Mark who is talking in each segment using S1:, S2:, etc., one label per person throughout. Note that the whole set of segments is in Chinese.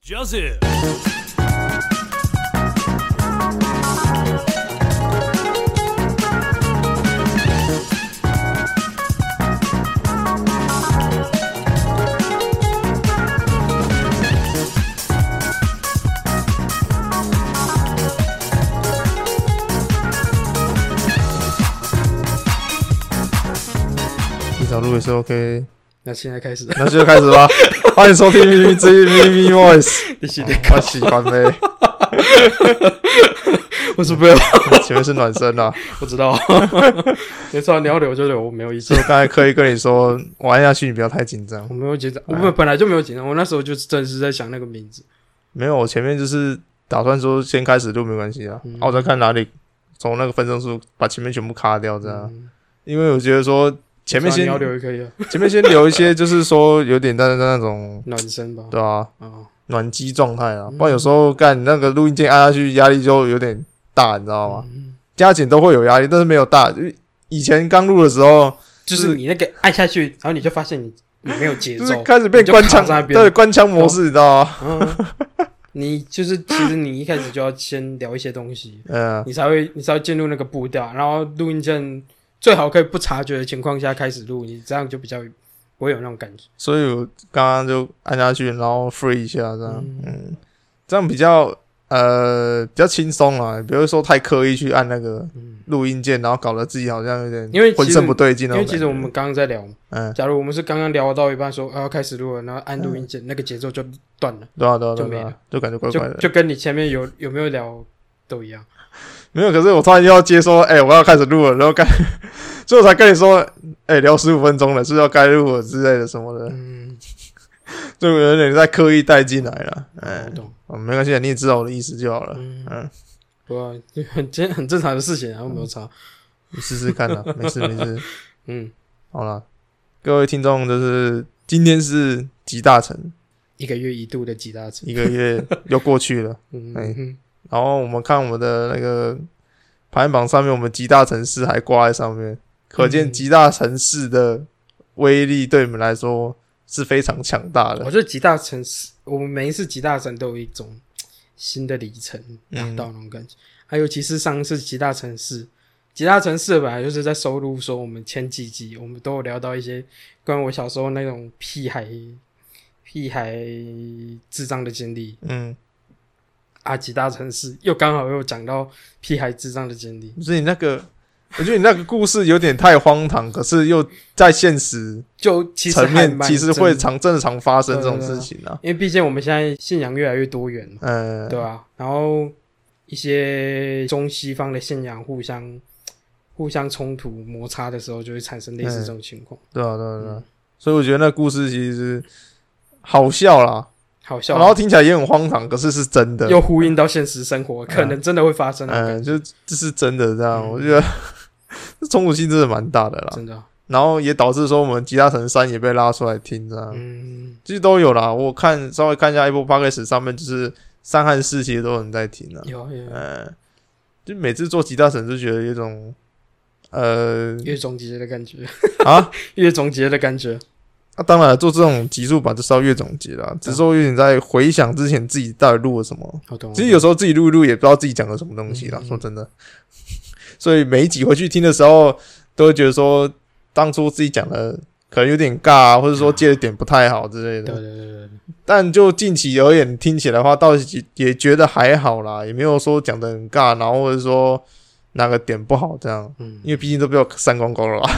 S1: Joseph。
S2: 一场路也是 OK，
S3: 那现在开始，
S2: 那就开始吧。欢迎收听《咪咪之音咪咪 Voice
S3: 第七》，
S2: 我喜欢呗。
S3: 我是不 要，
S2: 前面是暖身啦，
S3: 我知道， 没错，你要留就留，我没有意
S2: 所
S3: 见
S2: 以，我刚才刻意跟你说，玩下去你不要太紧张
S3: 我。没有紧张，我
S2: 哎
S3: 们本来就没有紧张，我那时候就是真的是在想那个名字，
S2: 没有，我前面就是打算说先开始录没关系啊，
S3: 嗯
S2: 啊我再看哪里从那个分身术把前面全部卡掉这样，
S3: 嗯
S2: 因为我觉得说前面
S3: 虽
S2: 先
S3: 然你要留也可以啊，
S2: 前面先留一些，就是说有点在那种
S3: 暖身吧，
S2: 对啊
S3: 啊，
S2: 暖机状态啊，
S3: 嗯
S2: 不然有时候干那个录音键按下去压力就有点大，你知道吗？
S3: 嗯
S2: 加减都会有压力，但是没有大。以前刚录的时候，
S3: 就是你那个按下去，然后你就发现你你没有 节
S2: 就是
S3: 奏，
S2: 开始变
S3: 你就
S2: 官
S3: 卡
S2: 腔
S3: 在那，边
S2: 对官腔模式，你知道吗？
S3: 嗯， 你就是其实你一开始就要先聊一些东西，
S2: 嗯，
S3: 你才会你才会进入那个步调，然后录音键最好可以不察觉的情况下开始录，你这样就比较不会有那种感觉。
S2: 所以我刚刚就按下去，然后 free 一下，这样，
S3: 嗯
S2: 嗯，这样比较呃比较轻松啊，不会说太刻意去按那个
S3: 嗯
S2: 录音键，然后搞得自己好像有点
S3: 因为其实
S2: 浑身不对劲
S3: 因
S2: 那种
S3: 为
S2: 感
S3: 其
S2: 觉
S3: 实我们刚刚在聊，
S2: 嗯，
S3: 假如我们是刚刚聊到一半说啊要开始录了，然后按录音键，那个节奏就断了，
S2: 对啊对啊对
S3: 就
S2: 啊对
S3: 没
S2: 啊
S3: 了，
S2: 就感觉怪怪
S3: 就
S2: 的。
S3: 就跟你前面有有没有聊都一样。
S2: 没有，可是我突然又要接说，哎、我要开始录了，然后该， 所以我才跟你说，哎、聊十五分钟了，是不是要该录了之类的什么的，
S3: 嗯，
S2: 就有点在刻意带进来了。哎、
S3: 我懂。
S2: 哦，没关系，你也知道我的意思就好了。
S3: 嗯
S2: 嗯，
S3: 不过 很正很正常的事情啊，我没有差。
S2: 你试试看啦，啊没事没事。
S3: 嗯，
S2: 好啦，各位听众，就是今天是集大成，
S3: 一个月一度的几大次。
S2: 一个月又过去了。
S3: 嗯
S2: 哎
S3: 嗯
S2: 然后我们看我们的那个排行榜上面，我们集大成市还挂在上面，可见
S3: 嗯
S2: 集大成市的威力对我们来说是非常强大
S3: 我
S2: 的。
S3: 觉得哦集大成是，我们每一次集大成都有一种新的里程达
S2: 嗯
S3: 到那种感觉。还有，其实上次集大城市，集大城市本来就是在收录说我们前几集我们都有聊到一些关于我小时候那种屁孩、屁孩智障的经历
S2: 嗯，
S3: 啊。集大城市又刚好又讲到屁孩智障的经历，
S2: 嗯就是你那个，我觉得你那个故事有点太荒唐，可是又在现实
S3: 就其实
S2: 层
S3: 还
S2: 面
S3: 蛮
S2: 其实
S3: 真
S2: 会
S3: 的，
S2: 常正常发生这
S3: 对
S2: 种
S3: 对
S2: 事
S3: 对
S2: 情啊。
S3: 因为毕竟我们现在信仰越来越多元嘛。
S2: 嗯，
S3: 对啊，然后一些中西方的信仰互相互相冲突摩擦的时候，就会产生类似这种情况，
S2: 对啊，对啊，对啊
S3: 嗯。
S2: 所以我觉得那故事其实好笑啦，
S3: 好笑啊
S2: 然后，听起来也很荒唐，可是是真的。
S3: 又呼应到现实生活，可能真的会发生啊，
S2: 嗯嗯，就这是真的这样，
S3: 嗯
S2: 我觉得 这冲突性真的蛮大的啦。
S3: 真的，啊
S2: 然后也导致说我们吉他城三也被拉出来听这样，
S3: 嗯，
S2: 其实都有啦。我看稍微看一下 Apple Podcast 上面，就是三和四其实都有人在听啊。
S3: 有有有
S2: 嗯，就每次做吉他城就觉得有一种呃
S3: 越总结的感觉，
S2: 啊，
S3: 越总结的感觉，
S2: 那、啊当然，做这种集数版就是要越总结啦，只是说有点在回想之前自己到底录了什么。
S3: 好懂。
S2: 其实有时候自己录一录也不知道自己讲了什么东西啦，
S3: 嗯
S2: 说真的。 所以每一集回去听的时候，都会觉得说当初自己讲的可能有点尬、啊，或者说接的点不太好之类
S3: 对
S2: 的。
S3: 对对对对，
S2: 但就近期而言，听起来的话，倒是也觉得还好啦，也没有说讲的很尬，然后或者说哪个点不好这样。
S3: 嗯，
S2: 因为毕竟都被我删光光了啦。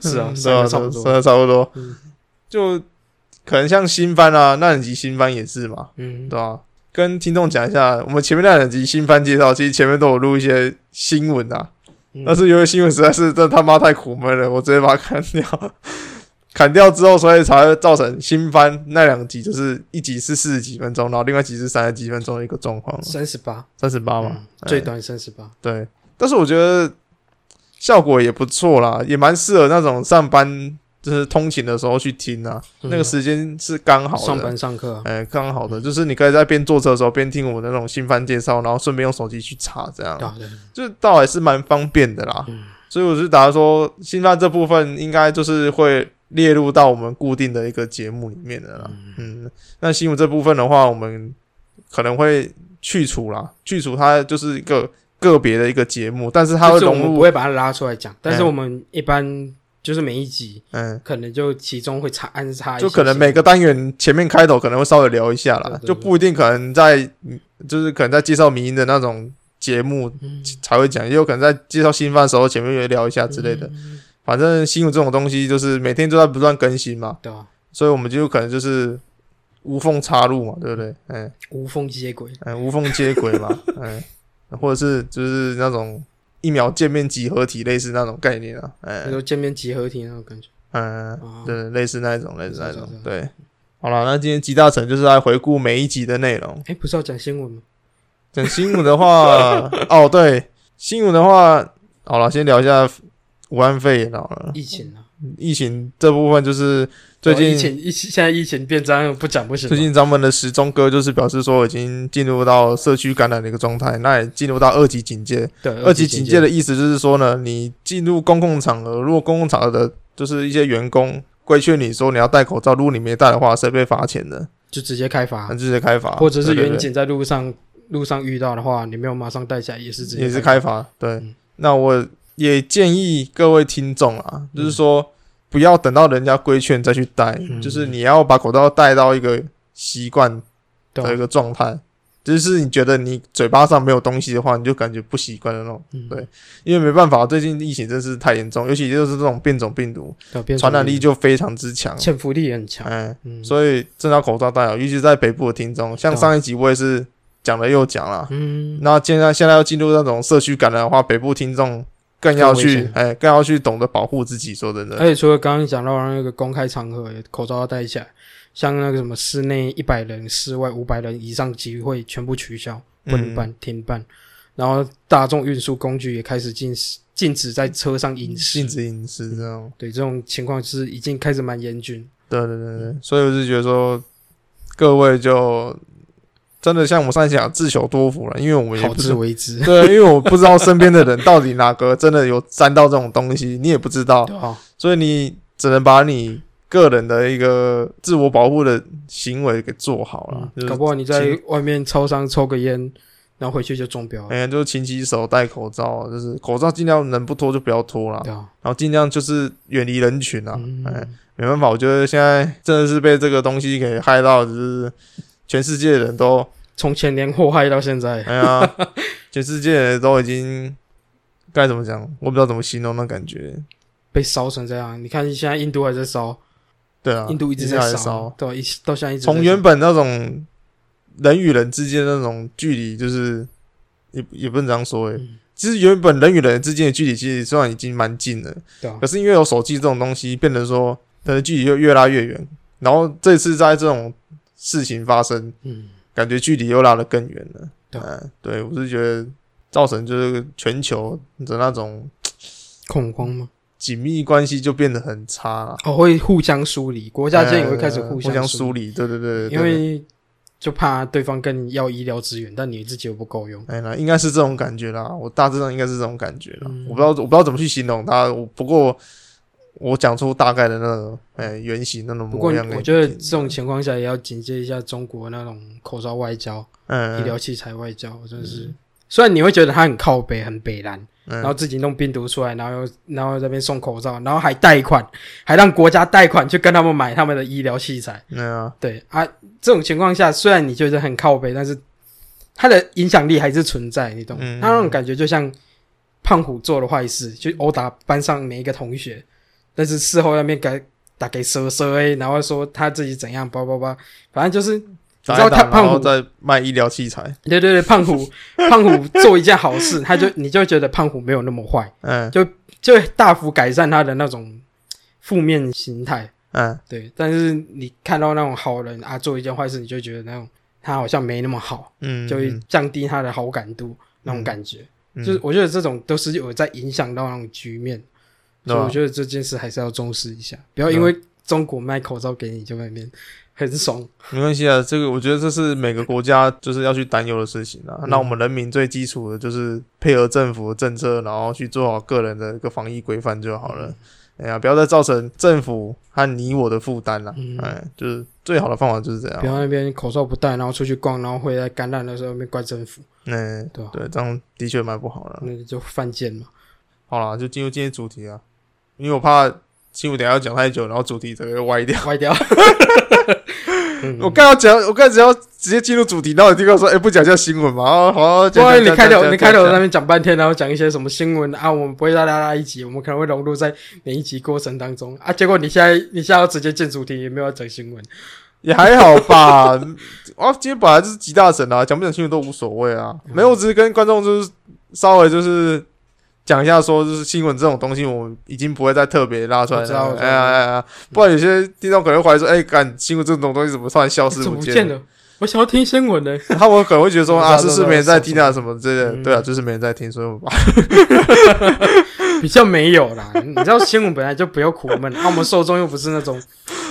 S3: 是啊，
S2: 是
S3: 是啊，
S2: 啊，
S3: 差不多，
S2: 真的差不多
S3: 嗯。
S2: 就可能像新番啊，那两集新番也是嘛，
S3: 嗯，
S2: 对吧、啊跟听众讲一下，我们前面那两集新番介绍，其实前面都有录一些新闻啊，
S3: 嗯
S2: 但是因为新闻实在是真的他妈太苦闷了，我直接把它砍掉。 砍掉之后，所以才会造成新番那两集就是一集是四十几分钟，然后另外一集是三十几分钟的一个状况，
S3: 三十八，
S2: 三十八嘛
S3: 嗯，最短三十八，
S2: 对，但是我觉得效果也不错啦，也蛮适合那种上班就是通勤的时候去听啊，
S3: 嗯
S2: 那个时间是刚好的。
S3: 上班上课啊，
S2: 哎，刚好的，就是你可以在边坐车的时候边听我们的那种新番介绍，然后顺便用手机去查，这样
S3: 对啊对啊，
S2: 就是倒还是蛮方便的啦。
S3: 嗯
S2: 所以我是打算说，新番这部分应该就是会列入到我们固定的一个节目里面的啦。嗯，那新闻这部分的话，我们可能会去除啦，去除它就是一个个别的一个节目，但是它会
S3: 就是我
S2: 融
S3: 们不
S2: 入，
S3: 会把它拉出来讲，但是
S2: 嗯
S3: 我们一般就是每一集
S2: 嗯，
S3: 可能就其中会插安插一些
S2: 就可能每个单元前面开头可能会稍微聊一下啦，
S3: 对对
S2: 就不一定可能在嗯就是可能在介绍民音的那种节目
S3: 嗯
S2: 才会讲，也有可能在介绍新番的时候前面也聊一下之类的。
S3: 嗯
S2: 反正新闻这种东西就是每天都在不断更新嘛，
S3: 对吧？
S2: 所以我们就可能就是无缝插入嘛，对不对？嗯
S3: 无缝接轨，
S2: 嗯，无缝接轨嘛，嗯，或者是就是那种一秒见面集合体类似那种概念啊，
S3: 那
S2: 嗯
S3: 种见面集合体那种感觉
S2: 嗯。
S3: 啊。
S2: 对，类似那一种，类似那一种
S3: 是是，是
S2: 对。好了，那今天集大成就是来回顾每一集的内容。
S3: 哎，不是要讲新闻吗？
S2: 讲新闻的 话，哦，对，新闻的话，好了，先聊一下武汉肺炎好了，
S3: 疫情啊，
S2: 疫情这部分就是最
S3: 哦疫
S2: 近
S3: 情疫情现在疫情变这样，不讲不行吧。
S2: 最近咱们的时钟哥就是表示说已经进入到社区感染的一个状态，那也进入到二级警戒。
S3: 对
S2: 二级警戒
S3: 的
S2: 的意思就是说呢，你进入公共场合，如果公共场合的就是一些员工规劝你说你要戴口罩，如果你没戴的话是会被罚钱的。
S3: 就直接开罚
S2: 那，直接啊开罚，
S3: 或者
S2: 对
S3: 是
S2: 对
S3: 远景在路上路上遇到的话，你没有马上带起来，也是直
S2: 对
S3: 接
S2: 也是
S3: 开
S2: 开罚。对，
S3: 嗯
S2: 那我也建议各位听众啊，就是说不要等到人家规劝再去戴，
S3: 嗯
S2: 就是你要把口罩戴到一个习惯
S3: 对啊
S2: 的一
S3: 吧
S2: 个状态。就是你觉得你嘴巴上没有东西的话，你就感觉不习惯的那种，
S3: 嗯
S2: 对因为没办法，最近疫情真是太严重，尤其就是这种变种病毒，
S3: 对啊变成
S2: 传染力就非常之强。
S3: 潜伏力也很强。
S2: 哎，
S3: 嗯，
S2: 所以正要口罩戴好，尤其是在北部的听众，像
S3: 对啊
S2: 上一集我也是讲了又讲了，
S3: 嗯，
S2: 那现在现在要进入那种社区感染的话，北部听众更要
S3: 更危
S2: 去
S3: 险哎
S2: 哎、更要去懂得保护自己。说真的，
S3: 而且除了刚刚讲到那个公开场合口罩要戴起来，像那个什么室内一百人、室外五百人以上集会全部取消，
S2: 嗯
S3: 不能办、停办。然后大众运输工具也开始禁食禁止在车上饮食
S2: 禁，止饮食这种，
S3: 对这种情况是已经开始蛮严峻。
S2: 对对对对，所以我是觉得说，各位就真的像我们上一讲自求多福了，因为我们也
S3: 好
S2: 不
S3: 自
S2: 知
S3: 为之，
S2: 对，因为我不知道身边的人到底哪个真的有沾到这种东西，你也不知道，
S3: 对啊吧？
S2: 所以你只能把你个人的一个自我保护的行为给做好了
S3: 嗯，
S2: 就是
S3: 搞不好你在外面超商抽个烟，然后回去就中标了，
S2: 哎、就是勤洗手、戴口罩，就是口罩尽量能不脱就不要脱啦，
S3: 对啊，
S2: 然后尽量就是远离人群啊。
S3: 嗯
S2: 哎、没办法，我觉得现在真的是被这个东西给害到，就是全世界的人都，
S3: 从前年祸害到现在，
S2: 哎 呀，全世界的人都已经该怎么讲，我不知道怎么形容那感觉。
S3: 被烧成这样。你看现在印度还在烧，
S2: 对啊，
S3: 印度一直在
S2: 还在
S3: 烧
S2: 烧，，
S3: 对啊，一到现在一直在烧
S2: 从原本那种人与人之间的那种距离，就是也也不能这样说、欸，
S3: 嗯
S2: 其实原本人与人之间的距离，其实虽然已经蛮近了。
S3: 对啊
S2: 可，是因为有手机这种东西，变成说它的距离就越拉越远。然后这次在这种事情发生，
S3: 嗯，
S2: 感觉距离又拉得更远了。
S3: 对啊
S2: 嗯，对我是觉得造成就是全球的那种
S3: 恐慌嘛，
S2: 紧密关系就变得很差了。
S3: 哦，会互相疏离，国家间也会开始
S2: 呃
S3: 互
S2: 互相
S3: 疏
S2: 疏离，对对对，
S3: 离，
S2: 对
S3: 因为就怕对方跟你要医疗资源，但你自己又不够用，
S2: 哎那应该是这种感觉啦，我大致上应该是这种感觉啦。
S3: 嗯
S2: 我不知道我不知道怎么去形容它，我不过我讲出大概的那个哎原型那种
S3: 不过
S2: 模样给
S3: 我
S2: 你
S3: 觉得
S2: 听
S3: 这种情况下也要警戒一下中国那种口罩外交、
S2: 嗯
S3: 医疗器材外交，真的是。虽然你会觉得它很靠北、很北蓝，
S2: 然
S3: 然后自己弄病毒出来，然后又然后这边送口罩，然后还贷款，还让国家贷款去跟他们买他们的医疗器材。
S2: 对啊，
S3: 对啊，这种情况下，虽然你觉得很靠北，但是它的影响力还是存在，你懂？吗？
S2: 嗯
S3: 它那种感觉就像胖虎做了坏事，去殴打班上每一个同学，但是事后那边给打给蛇蛇 A，然后说他自己怎样，叭叭叭，反正就是
S2: 打
S3: 知道
S2: 一打
S3: 他胖
S2: 然后
S3: 虎
S2: 在卖医疗器材，
S3: 对对对，胖虎 胖虎做一件好事，他就你就会觉得胖虎没有那么坏。
S2: 嗯
S3: 就会大幅改善他的那种负面形态。
S2: 嗯，
S3: 对，但是你看到那种好人啊做一件坏事，你就觉得那种他好像没那么好，
S2: 嗯，
S3: 就会降低他的好感度、那种感觉。
S2: 嗯
S3: 就是我觉得这种都是有在影响到那种局面，
S2: 对啊
S3: 所以
S2: 吧
S3: 我觉得这件事还是要重视一下，不要因为中国卖口罩给你就外面很爽。
S2: 没关系啊，这个我觉得这是每个国家就是要去担忧的事情啊。
S3: 嗯
S2: 那我们人民最基
S3: 嗯
S2: 础的就是配合政府的政策，然后去做好个人的一个防疫规范就好了。哎呀，不要再造成政府和你我的负担了
S3: 嗯。
S2: 哎，就是最好的方法就是这
S3: 不
S2: 样。
S3: 要那边口罩不戴，然后出去逛，然后回来感染的时候被怪政府，
S2: 嗯，
S3: 对啊嗯吧
S2: 对，这样的确蛮不好的。
S3: 那就犯贱嘛。
S2: 好啦，就进入今天主题啊，因为我怕新武等一下要讲太久，然后主题整个又歪掉。
S3: 歪掉。嗯
S2: 我刚要讲，我刚才只要直接进入主题，然后你就跟我说，哎、不讲一下新闻嘛？哦，好，
S3: 不
S2: 讲
S3: 然
S2: 讲
S3: 你
S2: 讲
S3: 开
S2: 讲
S3: 头
S2: 讲
S3: 你开头在
S2: 讲
S3: 那边讲半天，然后讲一些什么新闻啊，我们不会再拉拉一集，我们可能会融入在每一集过程当中啊。结果你现在你现在要直接进主题，也没有要讲新闻，
S2: 也还好吧。 哦，今天本来就是集大成啊，讲不讲新闻都无所谓啊。
S3: 嗯
S2: 没有，我只是跟观众就是稍微就是讲一下，说就是新闻这种东西，我们已经不会再特别拉出来
S3: 我知道我
S2: 了。
S3: 知道
S2: 哎呀哎呀，不然有些听众可能会怀疑说，哎、干新闻这种东西怎么突然消失
S3: 怎么
S2: 不
S3: 不
S2: 见
S3: 见了？我想要听新闻呢。
S2: 他们可能会觉得说
S3: 我
S2: 啊，
S3: 知
S2: 是
S3: 道
S2: 不是没人在听啊什么之类
S3: 嗯
S2: 的。对啊，就是没人在听，所以我们把
S3: 比较没有啦。你知道新闻本来就不要苦闷，啊，我们受众又不是那种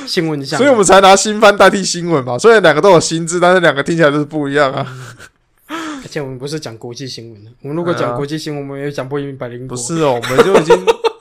S3: 新闻向，
S2: 所以我们才拿新番代替新闻嘛。虽然两个都有新字，但是两个听起来就是不一样啊。
S3: 而且我们不是讲国际新闻的，我们如果
S2: 对
S3: 讲
S2: 啊
S3: 国际新闻，我们也讲不赢百灵
S2: 不
S3: 国。
S2: 是哦，我们就已 经，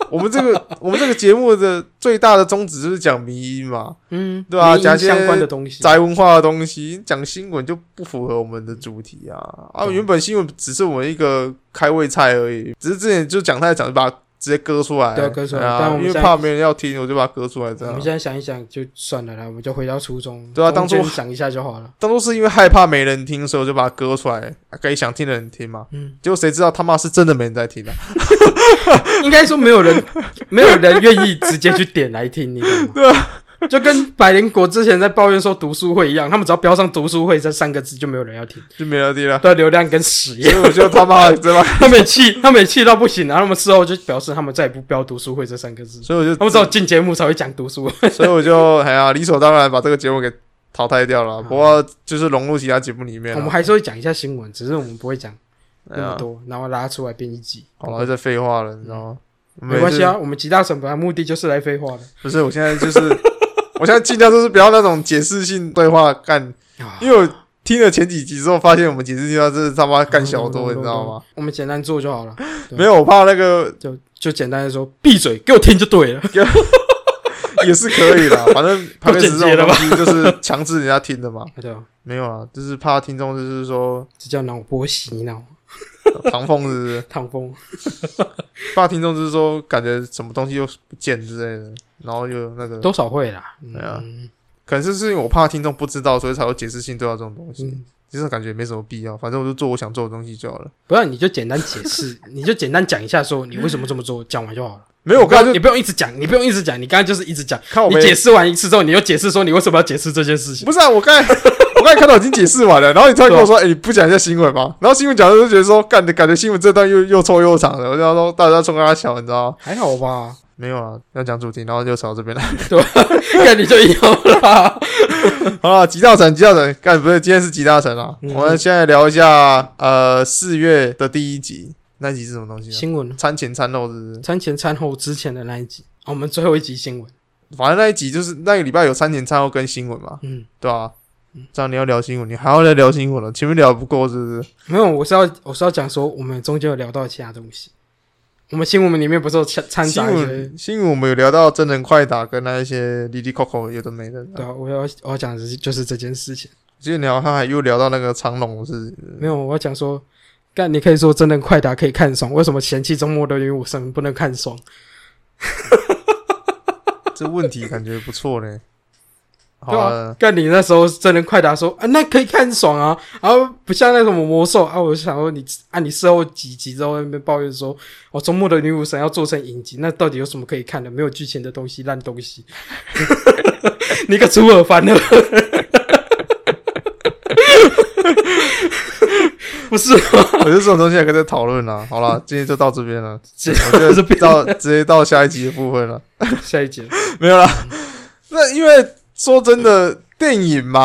S2: 我们这个我们这个节目的最大的宗旨就是讲迷音嘛，
S3: 嗯，
S2: 对啊
S3: 民意
S2: 讲一些
S3: 相关的东西，
S2: 宅文化的东西，讲新闻就不符合我们的主题啊。啊，
S3: 懂
S2: 原本新闻只是我们一个开胃菜而已，只是之前就讲太长，就把它直接割出来，
S3: 对啊割出来
S2: 哎呀
S3: 但我们
S2: 因为
S3: 现在
S2: 怕没人要听，我就把它割出来这
S3: 我
S2: 样
S3: 们。现在想一想就算了啦，我们就回到初衷。
S2: 对啊当初
S3: 中间想一下就好了。
S2: 当初是因为害怕没人听，所以我就把它割出来，啊给想听的人听嘛。
S3: 嗯，
S2: 结果谁知道他妈是真的没人在听啊！
S3: 应该说没有人，没有人愿意直接去点来听，你懂吗？对
S2: 啊
S3: 就跟百灵国之前在抱怨说读书会一样，他们只要标上读书会这三个字，就没有人要听，
S2: 就没人听 了。
S3: 对啊流量跟屎一样
S2: 所以我就他妈的真的，
S3: 他们也气，他们也气到不行、然后他们事后就表示他们再也不标“读书会”这三个字，
S2: 所以我
S3: 他
S2: 就
S3: 们只有进节目才会讲读书会。
S2: 所以我就哎呀，理所当然把这个节目给淘汰掉了。不过就是融入其他节目里面
S3: 嗯我们
S2: 了。
S3: 还是会讲一下新闻，只是我们不会讲
S2: 哎
S3: 那么
S2: 呀，
S3: 多，然后拉出来变一集。
S2: 好了，这废话了，你知道吗？
S3: 没关系啊，我们集大成本来目的就是来废话的
S2: 每次，不是我现在就是， 我现在尽量就是不要那种解释性对话干，
S3: 啊。
S2: 因为我听了前几集之后，发现我们解释性对话真是他妈干小多，
S3: 嗯
S2: 你知道吗？？
S3: 我们简单做就好了，
S2: 没有，我怕那个
S3: 就就简单的说，闭嘴，给我听就对了。
S2: 也是可以啦，反正
S3: 都
S2: 排位
S3: 剪
S2: 时这
S3: 接了
S2: 种东西就是强制人家听的嘛。
S3: 对啊，
S2: 没有啊，就是怕听众就是说
S3: 这叫脑波洗脑，
S2: 唐凤是不是？
S3: 唐风。
S2: 怕听众就是说感觉什么东西又不见之类的，然后又那个，
S3: 多少会啦。
S2: 啊对啊
S3: 嗯，
S2: 可能是是因为我怕听众不知道，所以才有解释性对话这种东西。
S3: 嗯
S2: 其实感觉没什么必要，反正我就做我想做的东西就好了。
S3: 不要你就简单解释， 你就简单讲一下说你为什么这么做，讲完就好了。
S2: 没有，我
S3: 你不要
S2: 刚才
S3: 你
S2: 就
S3: 不用一直讲，你不用一直讲，你刚刚就是一直讲。
S2: 看我
S3: 你
S2: 没
S3: 解释完一次之后，你又解释说你为什么要解释这件事情。
S2: 不是啊，我刚 才我刚才看到已经解释完了，然后你突然跟我 说，哎、你不讲一下新闻吗？然后新闻讲的就觉得说，干的感觉新闻这段又又臭又长的，我就要说大家冲他小，你知道吗？
S3: 还好吧？
S2: 没有啊，要讲主题，然后就扯到这边来。
S3: 那啊你就有啦。
S2: 好了，集大成，集大成，干不是今天是集大成啊！
S3: 嗯
S2: 我们现在聊一下，呃，四月的第一集，那集是什么东西啊？
S3: 新闻，
S2: 餐前餐后是不是？
S3: 餐前餐后之前的那一集，啊我们最后一集新闻。
S2: 反正那一集就是那个礼拜有餐前餐后跟新闻嘛，
S3: 嗯，
S2: 对吧、这样你要聊新闻，你还要再聊新闻了，前面聊不够是不是？
S3: 没有，我是要我是要讲说我们中间有聊到其他东西。我们新闻里面不是有掺掺
S2: 新
S3: 杂一些？
S2: 闻新闻我们有聊到真人快打跟那一些滴滴 Coco 有的没的，
S3: 对啊，我要我要讲的是就是这件事情。
S2: 记得聊他还又聊到那个长龙是
S3: 没有，我要讲说，干你可以说真人快打可以看爽，为什么嫌弃周末的女武神不能看爽？
S2: 这问题感觉不错
S3: 啊
S2: 嘞。好
S3: 对啊
S2: 了，，
S3: 干你那时候真人快打说啊，那可以看爽啊，然后不像那什么魔兽啊，我就想说你啊，你事后几集之后那边抱怨说，哦，周末的女武神要做成影集，那到底有什么可以看的？没有剧情的东西，烂东西，你个出尔反尔，不是
S2: 我觉得这种东西还可以再讨论啦。好了，今天就到这边了，
S3: 这
S2: 我 觉
S3: 这
S2: 得
S3: 边
S2: 到直接到下一集的部分了，
S3: 下一节
S2: 没有啦。 那因为说真的，电影嘛，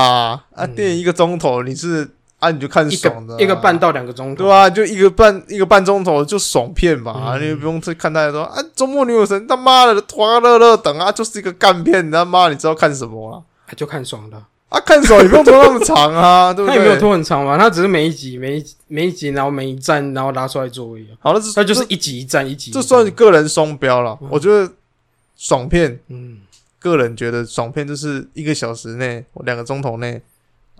S2: 啊，
S3: 嗯
S2: 电影一个钟头你是啊你就看
S3: 一
S2: 爽的
S3: 个
S2: 啊、
S3: 一个半到两个钟头，
S2: 对啊，就一个半一个半钟头就爽片嘛，
S3: 嗯
S2: 你不用去看大家说啊，周末女友神他妈的花乐乐等啊，就是一个干片，你他妈你知道看什么啊？
S3: 啊就看爽的。
S2: 啊，看手也不用拖那么长 啊，对不
S3: 他也没有
S2: 对？
S3: 拖很长嘛，他只是每一集、每一集每一集，然后每一站，然后拉出来做而已啊。
S2: 好了，这
S3: 他就是嗯
S2: 这
S3: 一集一站，一集一站
S2: 这算个人双标了。我觉得爽片，
S3: 嗯，
S2: 个人觉得爽片就是一个小时内、两个钟头内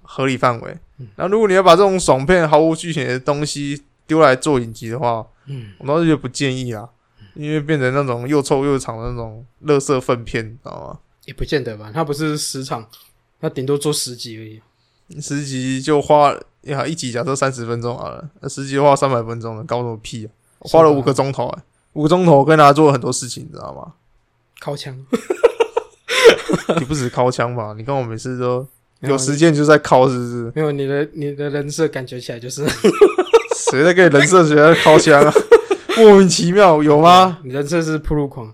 S2: 合理范围。然后如果你要把这种爽片毫无剧情的东西丢来做影集的话，
S3: 嗯，
S2: 我倒是觉得不建议啊，因为变成那种又臭又长的那种垃圾粪片，你知道吗？
S3: 也不见得吧。他不是十场，他顶多做十集而已。
S2: 十集就花呀一集，假设三十分钟好了，那十集花三百分钟了，搞什么屁啊？我花了
S3: 是吧
S2: 五个钟头、欸，五个钟头跟大家做了很多事情，你知道吗？
S3: 靠墙，
S2: 你不止掏枪吧？你看我每次都
S3: 啊
S2: 有时间就在敲，是不是？
S3: 没有你的你的人设感觉起来就是
S2: 谁在给你人设学在掏枪啊？莫名其妙有吗？？
S3: 你人设是铺路狂。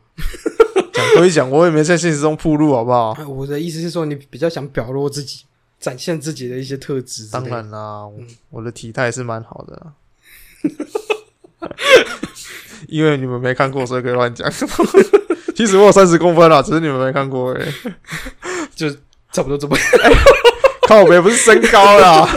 S2: 讲归讲，我也没在现实中铺路，好不好？
S3: 啊我的意思是说，你比较想表露自己，展现自己的一些特质之
S2: 当
S3: 类的。
S2: 然啦，我我的体态是蛮好的啊啦，因为你们没看过，所以可以乱讲。 其实我有三十公分啦，啊只是你们没看过而已。
S3: 差不多 这么
S2: 靠北不是身高啦。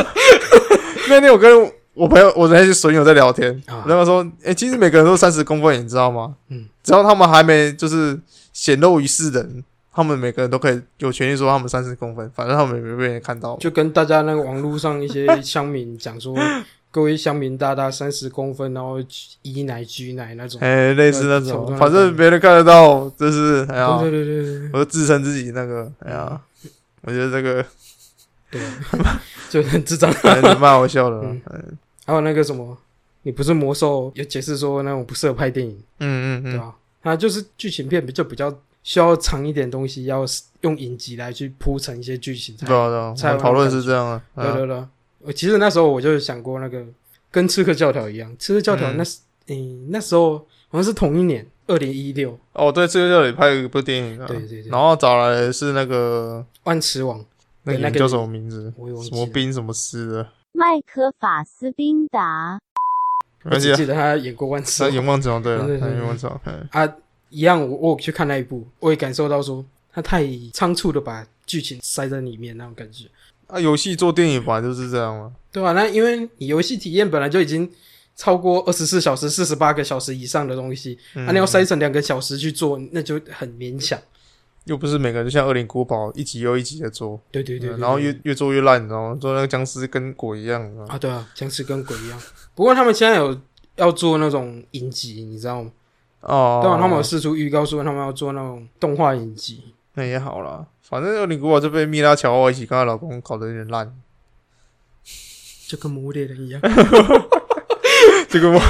S2: 那天我跟我朋友，我那些损友在聊天，
S3: 啊
S2: 我跟他说：“哎、其实每个人都三十公分，你知道吗？
S3: 嗯，
S2: 只要他们还没就是显露于世人，他们每个人都可以有权利说他们三十公分，反正他们也没被人看到嘛。
S3: 就跟大家那个网络上一些乡民 讲说，各位乡民大大三十公分，然后一奶居奶那种。
S2: 哎、类似那
S3: 差不多
S2: 种，
S3: 那种
S2: 反正别人看得到，就是哎呀，
S3: 对嗯对对对对
S2: 我就自称自己那个，哎呀，我觉得这个
S3: 对，就很智障。
S2: 还是蛮好笑 的啦。
S3: 嗯
S2: 嗯
S3: 还有那个什么，你不是魔兽有解释说那种不适合拍电影，
S2: 嗯
S3: 对啊
S2: 嗯
S3: 吧？它就是剧情片就比较需要长一点东西，要用影集来去铺成一些剧情
S2: 嗯，
S3: 才
S2: 对啊对啊，我
S3: 才有
S2: 们讨论是这样的，
S3: 对
S2: 嗯
S3: 对对，我其实那时候我就想过那个跟刺客教条一样，刺客教条
S2: 嗯
S3: 那时，诶、那时候好像是同一年，二零一六，
S2: 哦，对，这个叫你拍了一部电影啊，
S3: 对对对
S2: 然后找来的是那个
S3: 万磁王，
S2: 那
S3: 对
S2: 个
S3: 那
S2: 人
S3: 个
S2: 叫什么名字？
S3: 我也忘
S2: 什
S3: 记
S2: 么
S3: 了，
S2: 兵什么师的，
S1: 麦克法斯宾达。
S2: 没
S3: 我
S2: 关系
S3: 只
S2: 啊，
S3: 记得他演过万磁
S2: 他
S3: 王
S2: 眼望城对了，
S3: 对对
S2: 他
S3: 对
S2: 眼望城，嗯
S3: 啊，一样我我有去看那一部，我也感受到说他太仓促的把剧情塞在里面那种感觉，
S2: 啊，游戏做电影本来就是这样嘛，
S3: 对吧、那因为你游戏体验本来就已经超过二十四小时、四十八个小时以上的东西，那、
S2: 嗯
S3: 啊你要塞成两个小时去做，那就很勉强。
S2: 又不是每个人就像《恶灵古堡》一集又一集的做，
S3: 对对
S2: 嗯
S3: 对对
S2: 然后
S3: 对
S2: 越越做越烂，你知道吗？做那个僵尸跟鬼一样，你知道吗
S3: 啊，对啊，僵尸跟鬼一样。不过他们现在有要做那种影集，你知道吗？
S2: 哦，
S3: 当然、他们有试出预告说他们要做那种动画影集。
S2: 那也好啦，反正《恶灵古堡》就被蜜拉乔娃一起跟她老公搞得有点 烂，
S3: 就跟魔猎人一样，
S2: 这个我
S3: 我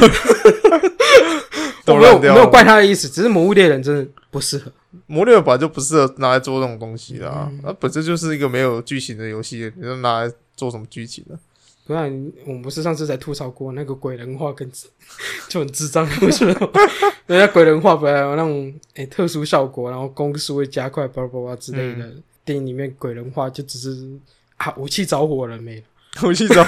S2: 都
S3: 没有
S2: 烂
S3: 没
S2: 掉
S3: 有
S2: 了。
S3: 怪他的意思，只是魔物猎人真的不适合。
S2: 魔猎本来就不适合拿来做这种东西啦
S3: 嗯，
S2: 那、本身就是一个没有剧情的游戏，你就拿来做什么剧情 呢？
S3: 不然我们不是上次才吐槽过那个鬼人化跟 就很智障，为什么？人家鬼人化本来有那种诶、特殊效果，然后攻速会加快，叭叭叭之类的。电影里面鬼人化就只是啊武器着火了没 了，
S2: 游戏找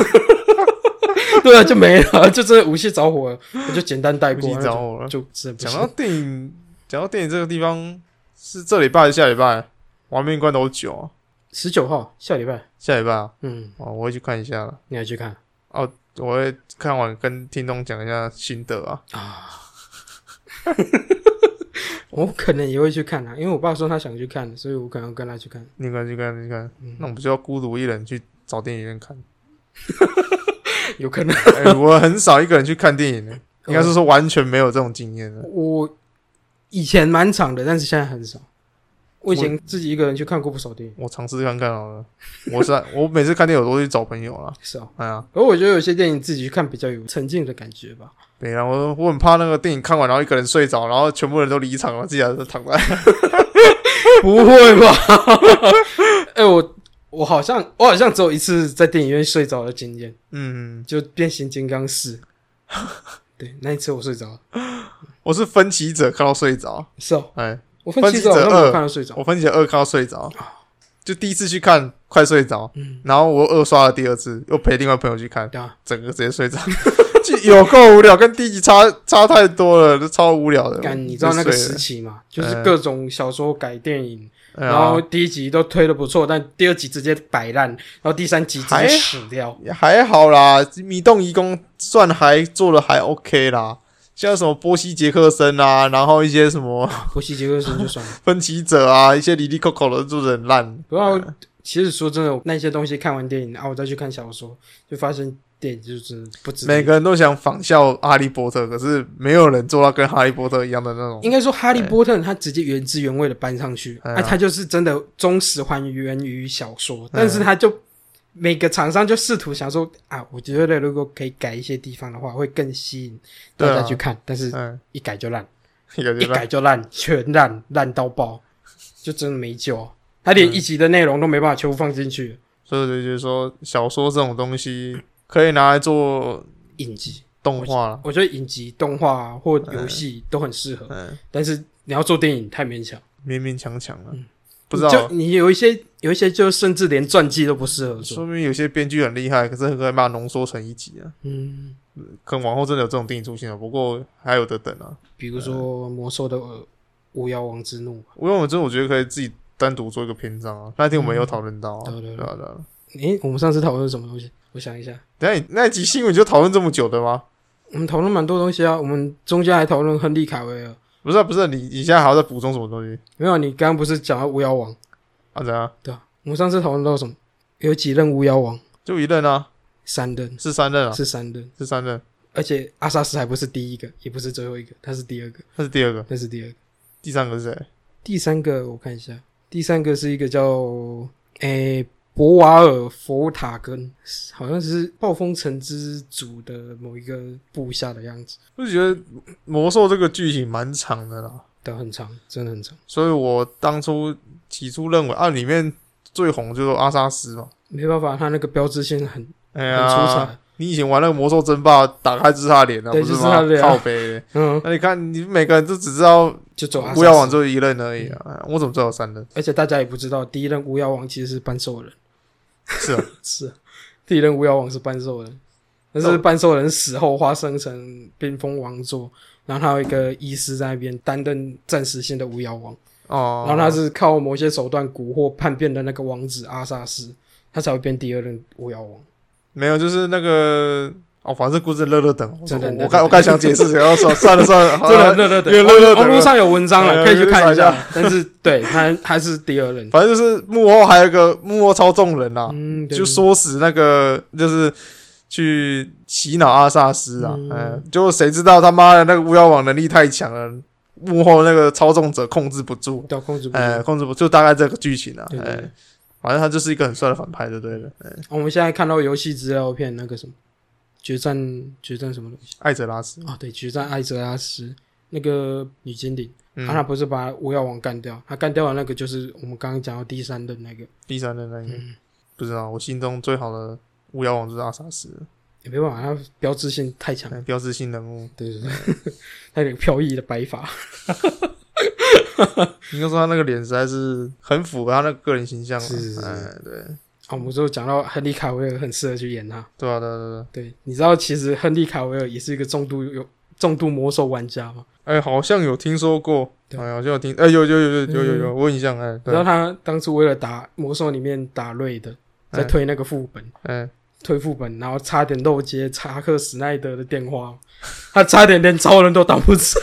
S3: 对啊就没了，就真的武器着火了，我就简单带
S2: 游
S3: 过。
S2: 戏
S3: 那
S2: 找
S3: 就
S2: 我了。
S3: 就真的不
S2: 讲
S3: 行
S2: 到电影，讲到电影这个地方，是这礼拜还是下礼拜？《亡命关头九》啊，
S3: 十九号下礼拜，
S2: 下礼拜啊，
S3: 嗯，
S2: 哦，我会去看一下了。
S3: 你来去看
S2: 我会看完跟听众讲一下心得啊。
S3: 啊。我可能也会去看啊，因为我爸说他想去看，所以我可能跟他去看。
S2: 你看，你看，你看，
S3: 嗯
S2: 那我们就要孤独一人去找电影院看。
S3: 有可能，
S2: 哎、我很少一个人去看电影的，应该是说完全没有这种经验的。
S3: 我以前蛮长的，但是现在很少。我以前自己一个人去看过不少电影，
S2: 我尝试看看好了。我是 我每次看电影我都去找朋友啦。
S3: 是啊。
S2: 哎呀，
S3: 而我觉得有些电影自己去看比较有沉浸的感觉吧。
S2: 对啊，我我很怕那个电影看完然后一个人睡着，然后全部人都离场了，自己还是躺在。
S3: 不会吧？ 哎、我我好像我好像只有一次在电影院睡着的经验，
S2: 嗯，
S3: 就《变形金刚 四》。对，那一次我睡着了。
S2: 我是分歧者看到睡着，
S3: 是哦，
S2: 哎，
S3: 我分期早
S2: 分
S3: 上
S2: 歧者
S3: 没有
S2: 二
S3: 看到睡着
S2: 我。分歧者二看到睡着，就第一次去看快睡着，
S3: 嗯，
S2: 然后我又二刷了第二次，又陪另外朋友去看，
S3: 对啊，
S2: 整个直接睡着， 就有够无聊，跟第一集差差太多了，就超无聊的。
S3: 干你知道那个
S2: 就睡
S3: 时
S2: 了，
S3: 期嘛，就是
S2: 嗯
S3: 各种小说改电影，
S2: 哎呀
S3: 然后第一集都推的不错，但第二集直接摆烂，然后第三集直接
S2: 还
S3: 死掉。
S2: 也还好啦，迷动移工算还做的还 OK 啦，像什么波西杰克森啊，然后一些什么
S3: 波西杰克森就 算了。
S2: 分歧者啊，一些离离扣扣的就是很烂。
S3: 不过其实说真的，那些东西看完电影啊，我再去看小说，就发现电影就是不值得。
S2: 每个人都想仿效哈利波特，可是没有人做到跟哈利波特一样的那种。
S3: 应该说，《哈利波特》它直接原汁原味的搬上去，
S2: 哎
S3: 啊，
S2: 呀
S3: 它就是真的忠实还原于小说，
S2: 哎
S3: 但是它就每个厂商就试图想说啊，我觉得如果可以改一些地方的话，会更吸引大
S2: 对
S3: 家
S2: 啊
S3: 去看，但是
S2: 嗯，
S3: 一改就烂，
S2: 一个
S3: 一
S2: 就烂
S3: 改就烂，全烂，烂到爆，就真的没救。啊他连
S2: 嗯
S3: 一集的内容都没办法全部放进去，
S2: 所以我就觉得说，小说这种东西可以拿来做
S3: 影集，
S2: 动画了。
S3: 我觉得影集、动画啊或游戏都很适合，
S2: 嗯，
S3: 但是你要做电影太勉强。
S2: 勉勉强强了
S3: 嗯，
S2: 不知道啊
S3: 就你有一些有一些，就甚至连传记都不适合做。
S2: 说明有些编剧很厉害，可是很可以把它浓缩成一集啊。
S3: 嗯，
S2: 可能往后真的有这种电影出现了，啊不过还有的等啊。
S3: 比如说《魔兽的呃巫妖王之怒》。
S2: 因为我真的我觉得可以自己单独做一个篇章啊。那天我们有讨论到啊，
S3: 嗯对对对
S2: 对啊对啊。
S3: 诶，我们上次讨论什么东西？我想一下，
S2: 等一下你那一集新闻就讨论这么久的吗？
S3: 我们讨论蛮多东西啊。我们中间还讨论亨利·卡维尔。
S2: 不是、啊、不是啊、你你现在还要再补充什么东西
S3: 没有，你刚刚不是讲到巫妖王？
S2: 啊？怎样？
S3: 对啊，我们上次讨论到什么？有几任巫妖王？
S2: 就一任啊，
S3: 三任
S2: 是三任啊，
S3: 是三任，
S2: 是三任，
S3: 而且阿萨斯还不是第一个，也不是最后一个，他是第二个，
S2: 那是第二个，
S3: 那是第二个。
S2: 第三个是谁？
S3: 第三个我看一下，第三个是一个叫诶、博瓦尔佛塔根，好像是暴风城之主的某一个部下的样子，
S2: 我就觉得魔兽这个剧情蛮长的啦，
S3: 但很长，真的很长，
S2: 所以我当初起初认为啊，里面最红就是阿萨斯嘛。
S3: 没办法，他那个标志性很
S2: 哎
S3: 很出彩
S2: 呀，，你以前玩那个魔兽争霸，打开就是他的脸啊，
S3: 对
S2: 不是
S3: 就是他
S2: 吗
S3: 的？脸啊
S2: 靠背。
S3: 嗯，
S2: 那你看，你每个人都只知道
S3: 就走阿萨斯
S2: 巫妖王只有一任而已啊，哎我怎么知道有三任？
S3: 而且大家也不知道第一任巫妖王其实是半兽人，
S2: 是啊，
S3: 是啊第一任巫妖王是半兽人，但是
S2: 哦
S3: 半兽人死后化身成冰封王座，然后他有一个医师在那边担任暂时性的巫妖王。
S2: 哦，
S3: 然后他是靠某些手段蛊惑叛变的那个王子阿萨斯，他才会变第二任巫妖王。
S2: 没有，就是那个哦，反正故事乐乐等，我
S3: 真的
S2: 我刚我刚想解释，然后说算了 算了，好
S3: 这个
S2: 了，
S3: 热热的，
S2: 因为热热的
S3: 网络上有文章了，
S2: 哎
S3: 可以去看一
S2: 去查
S3: 下。但是对他还是第二任，
S2: 反正就是幕后还有一个幕后操纵人啊，
S3: 嗯，对
S2: 就唆使那个就是去洗脑阿萨斯啊
S3: 嗯，
S2: 嗯，就谁知道他妈的那个巫妖王能力太强了，幕后那个操纵者控制不住，
S3: 对控制不住。
S2: 哎，控制不住，就大概这个剧情啊
S3: 对，对对
S2: 哎，反正他就是一个很帅的反派，就对了，哎
S3: 我们现在看到游戏资料片那个什么决战决战什么东西
S2: 艾泽拉斯，
S3: 啊？对，决战艾泽拉斯那个女精灵，
S2: 嗯
S3: 啊，他不是把巫妖王干掉，他干掉的那个就是我们刚刚讲到第三任那个，
S2: 第三任那一个，
S3: 嗯
S2: 不知道我心中最好的巫妖王就是阿萨斯，
S3: 也没办法，他标志性太强了。
S2: 哎标志性人物。
S3: 对对对，他有个飘逸的白发，
S2: 应该说他那个脸实在是很符合他那个个人形象啊，
S3: 是是是
S2: 哎，对，
S3: 啊，我们就讲到亨利卡维尔很适合去演他。
S2: 对啊，对啊对啊对啊，
S3: 对，你知道其实亨利卡维尔也是一个重度有重度魔兽玩家嘛？
S2: 哎，好像有听说过，
S3: 对嗯
S2: 哎，好像有听，哎，有有有有有有有，我有印象，哎，
S3: 你知道
S2: 对，
S3: 他当初为了打魔兽里面打瑞的，在
S2: 嗯
S3: 推那个副本，
S2: 哎，
S3: 推副本，然后差点漏接查克史奈德的电话，他差点连超人都挡不住。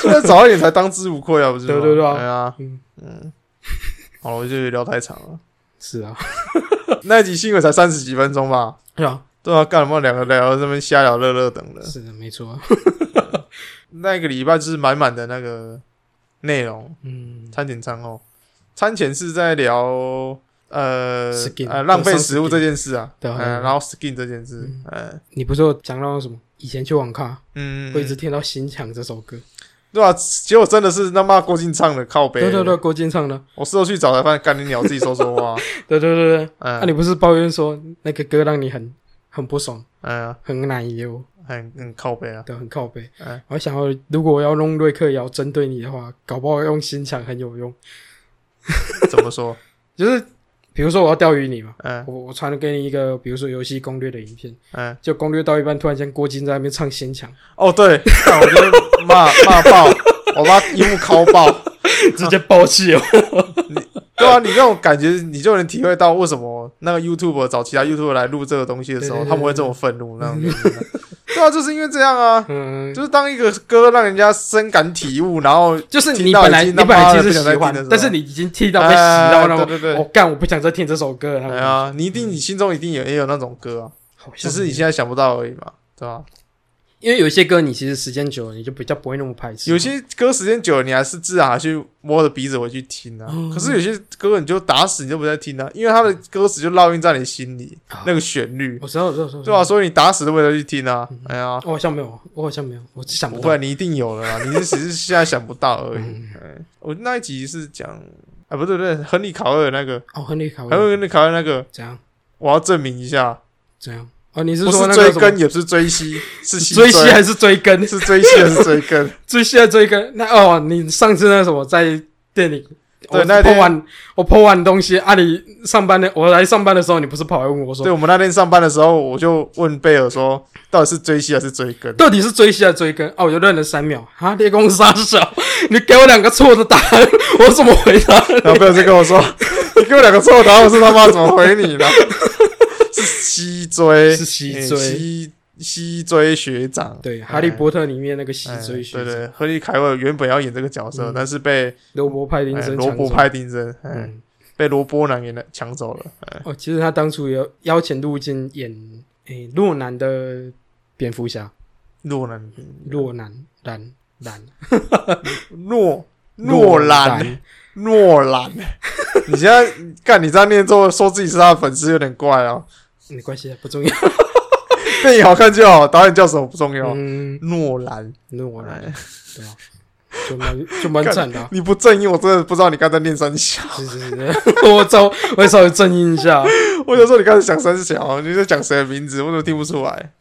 S2: 现在早一点才当之无愧啊，不是吗？
S3: 对对对啊
S2: 哎呀，
S3: 嗯
S2: 嗯， 好了，我就聊太长了，
S3: 是啊，
S2: 那一集新闻才三十几分钟吧。
S3: 是啊，
S2: 对啊，干什么两个聊这边瞎聊乐乐等了。
S3: 是的，没错啊。
S2: 那个礼拜就是满满的那个内容，
S3: 嗯，
S2: 餐前餐后，餐前是在聊呃
S3: Skin，
S2: 呃浪费食
S3: 上
S2: 物
S3: skin
S2: 这件事啊，
S3: 对啊
S2: 嗯
S3: 对啊
S2: 然后 skin 这件事，嗯
S3: 你不是有讲到什么？以前去网咖
S2: 嗯，
S3: 会一直听到《心墙》这首歌，
S2: 对吧？结果真的是他妈郭靖唱的靠背，
S3: 对对对，，郭靖唱的，
S2: 我事后去找才发现，干你鸟自己说说 话，
S3: 对对对对。那、
S2: 嗯
S3: 啊你不是抱怨说那个歌让你很很不爽，
S2: 嗯，
S3: 很奶油，
S2: 很很靠背啊，
S3: 对，很靠背。
S2: 嗯
S3: 我想要，如果我要弄瑞克摇针对你的话，搞不好用心墙很有用。
S2: 怎么说？
S3: 就是比如说我要钓鱼你嘛，
S2: 嗯
S3: 我我传了给你一个比如说游戏攻略的影片，
S2: 嗯，
S3: 就攻略到一半，突然间郭靖在那边唱心 墙，
S2: 哦对，干我就骂骂爆，我把荧幕敲爆，
S3: 直接爆气哦。
S2: 对啊，你那种感觉，你就能体会到为什么那个 YouTube 找其他 YouTube 来录这个东西的时候，
S3: 对对对
S2: 他们会这么愤怒那种感觉。对啊，就是因为这样啊，
S3: 嗯，
S2: 就是当一个歌让人家深感体悟，然后
S3: 就是
S2: 听
S3: 你
S2: 到
S3: 本来
S2: 已
S3: 你
S2: 经他
S3: 本
S2: 妈
S3: 来
S2: 的
S3: 其实
S2: 不想再
S3: 喜
S2: 听
S3: 欢
S2: 的时候，
S3: 但是你已经听到被洗
S2: 哎
S3: 到了，
S2: 对对对
S3: 我干，我不想再听这首歌了。
S2: 哎呀，你一定你心中一定也也有那种歌啊，
S3: 好像
S2: 只
S3: 啊
S2: 是你现在想不到而已嘛，对吧？
S3: 因为有一些歌，你其实时间久了，你就比较不会那么排斥。
S2: 有些歌时间久了，你还是自然还去摸着鼻子回去听啊。
S3: 嗯
S2: 可是有些歌你就打死你就不再听啊，因为它的歌词就烙印在你心里，
S3: 啊
S2: 那个旋律，
S3: 我知道，我知道，我知道
S2: 对吧、啊所以你打死都不会再去听啊。
S3: 嗯
S2: 哎呀，
S3: 我好像没有，我好像没有，我只想
S2: 不
S3: 不
S2: 会
S3: 到
S2: 啊，。你一定有了啦，你只是现在想不到而已。
S3: 嗯
S2: 哎，我那一集是讲，啊，不对不对，亨利考尔那个，
S3: 哦，亨利卡维尔
S2: 亨利考尔那个，
S3: 怎样
S2: 我要证明一下，
S3: 怎样？哦，你是
S2: 不
S3: 说
S2: 是
S3: 那
S2: 追
S3: 个什么
S2: 根也不是追西，是西
S3: 追西还是追根？
S2: 是追西还是追根？
S3: 追西还是追根？那哦，你上次那什么在店里，
S2: 对
S3: 我
S2: 那天
S3: 破完我破完东西，啊，你上班的我来上班的时候，你不是跑来问我
S2: 对
S3: 说，
S2: 我们那天上班的时候，我就问贝尔说，到底是追西还是追根？
S3: 到底是追西还是追根？哦，我就愣了三秒，啊，猎公杀小， 你给我两个错的答案， 我怎么回 答？
S2: 然后贝尔就跟我 说：“你给我两个错答案，我是他妈怎么回你呢？” 是西追，
S3: 是西
S2: 欸
S3: 追
S2: 西西追学长。
S3: 对，《
S2: 哎
S3: 哈利波特》里面那个西
S2: 哎
S3: 追学
S2: 对对
S3: 长，，
S2: 亨利凯尔原本要演这个角色，
S3: 嗯
S2: 但是被
S3: 罗伯派丁
S2: 哎
S3: 森
S2: 罗
S3: 抢
S2: 伯
S3: 走。
S2: 派丁森，哎
S3: 嗯，
S2: 被罗波南给抢走了。哎
S3: 哦，其实他当初也有邀请陆金演诶洛南的蝙蝠侠，
S2: 诺兰，
S3: 洛南兰兰
S2: 诺诺兰，，诺兰。 你现在干，你这样念错，说自己是他的粉丝有点怪哦。
S3: 没关系，啊不重要。
S2: 电影好看就好，导演叫什么不重要。
S3: 嗯，
S2: 诺兰，，
S3: 诺兰，对吧？就蛮就蛮惨的啊
S2: 你不正义，我真的不知道你刚才念三小。
S3: 是是是， 我稍我稍微正音一下，
S2: 我有时候你刚才讲三小，你在讲谁的名字，我怎么听不出来？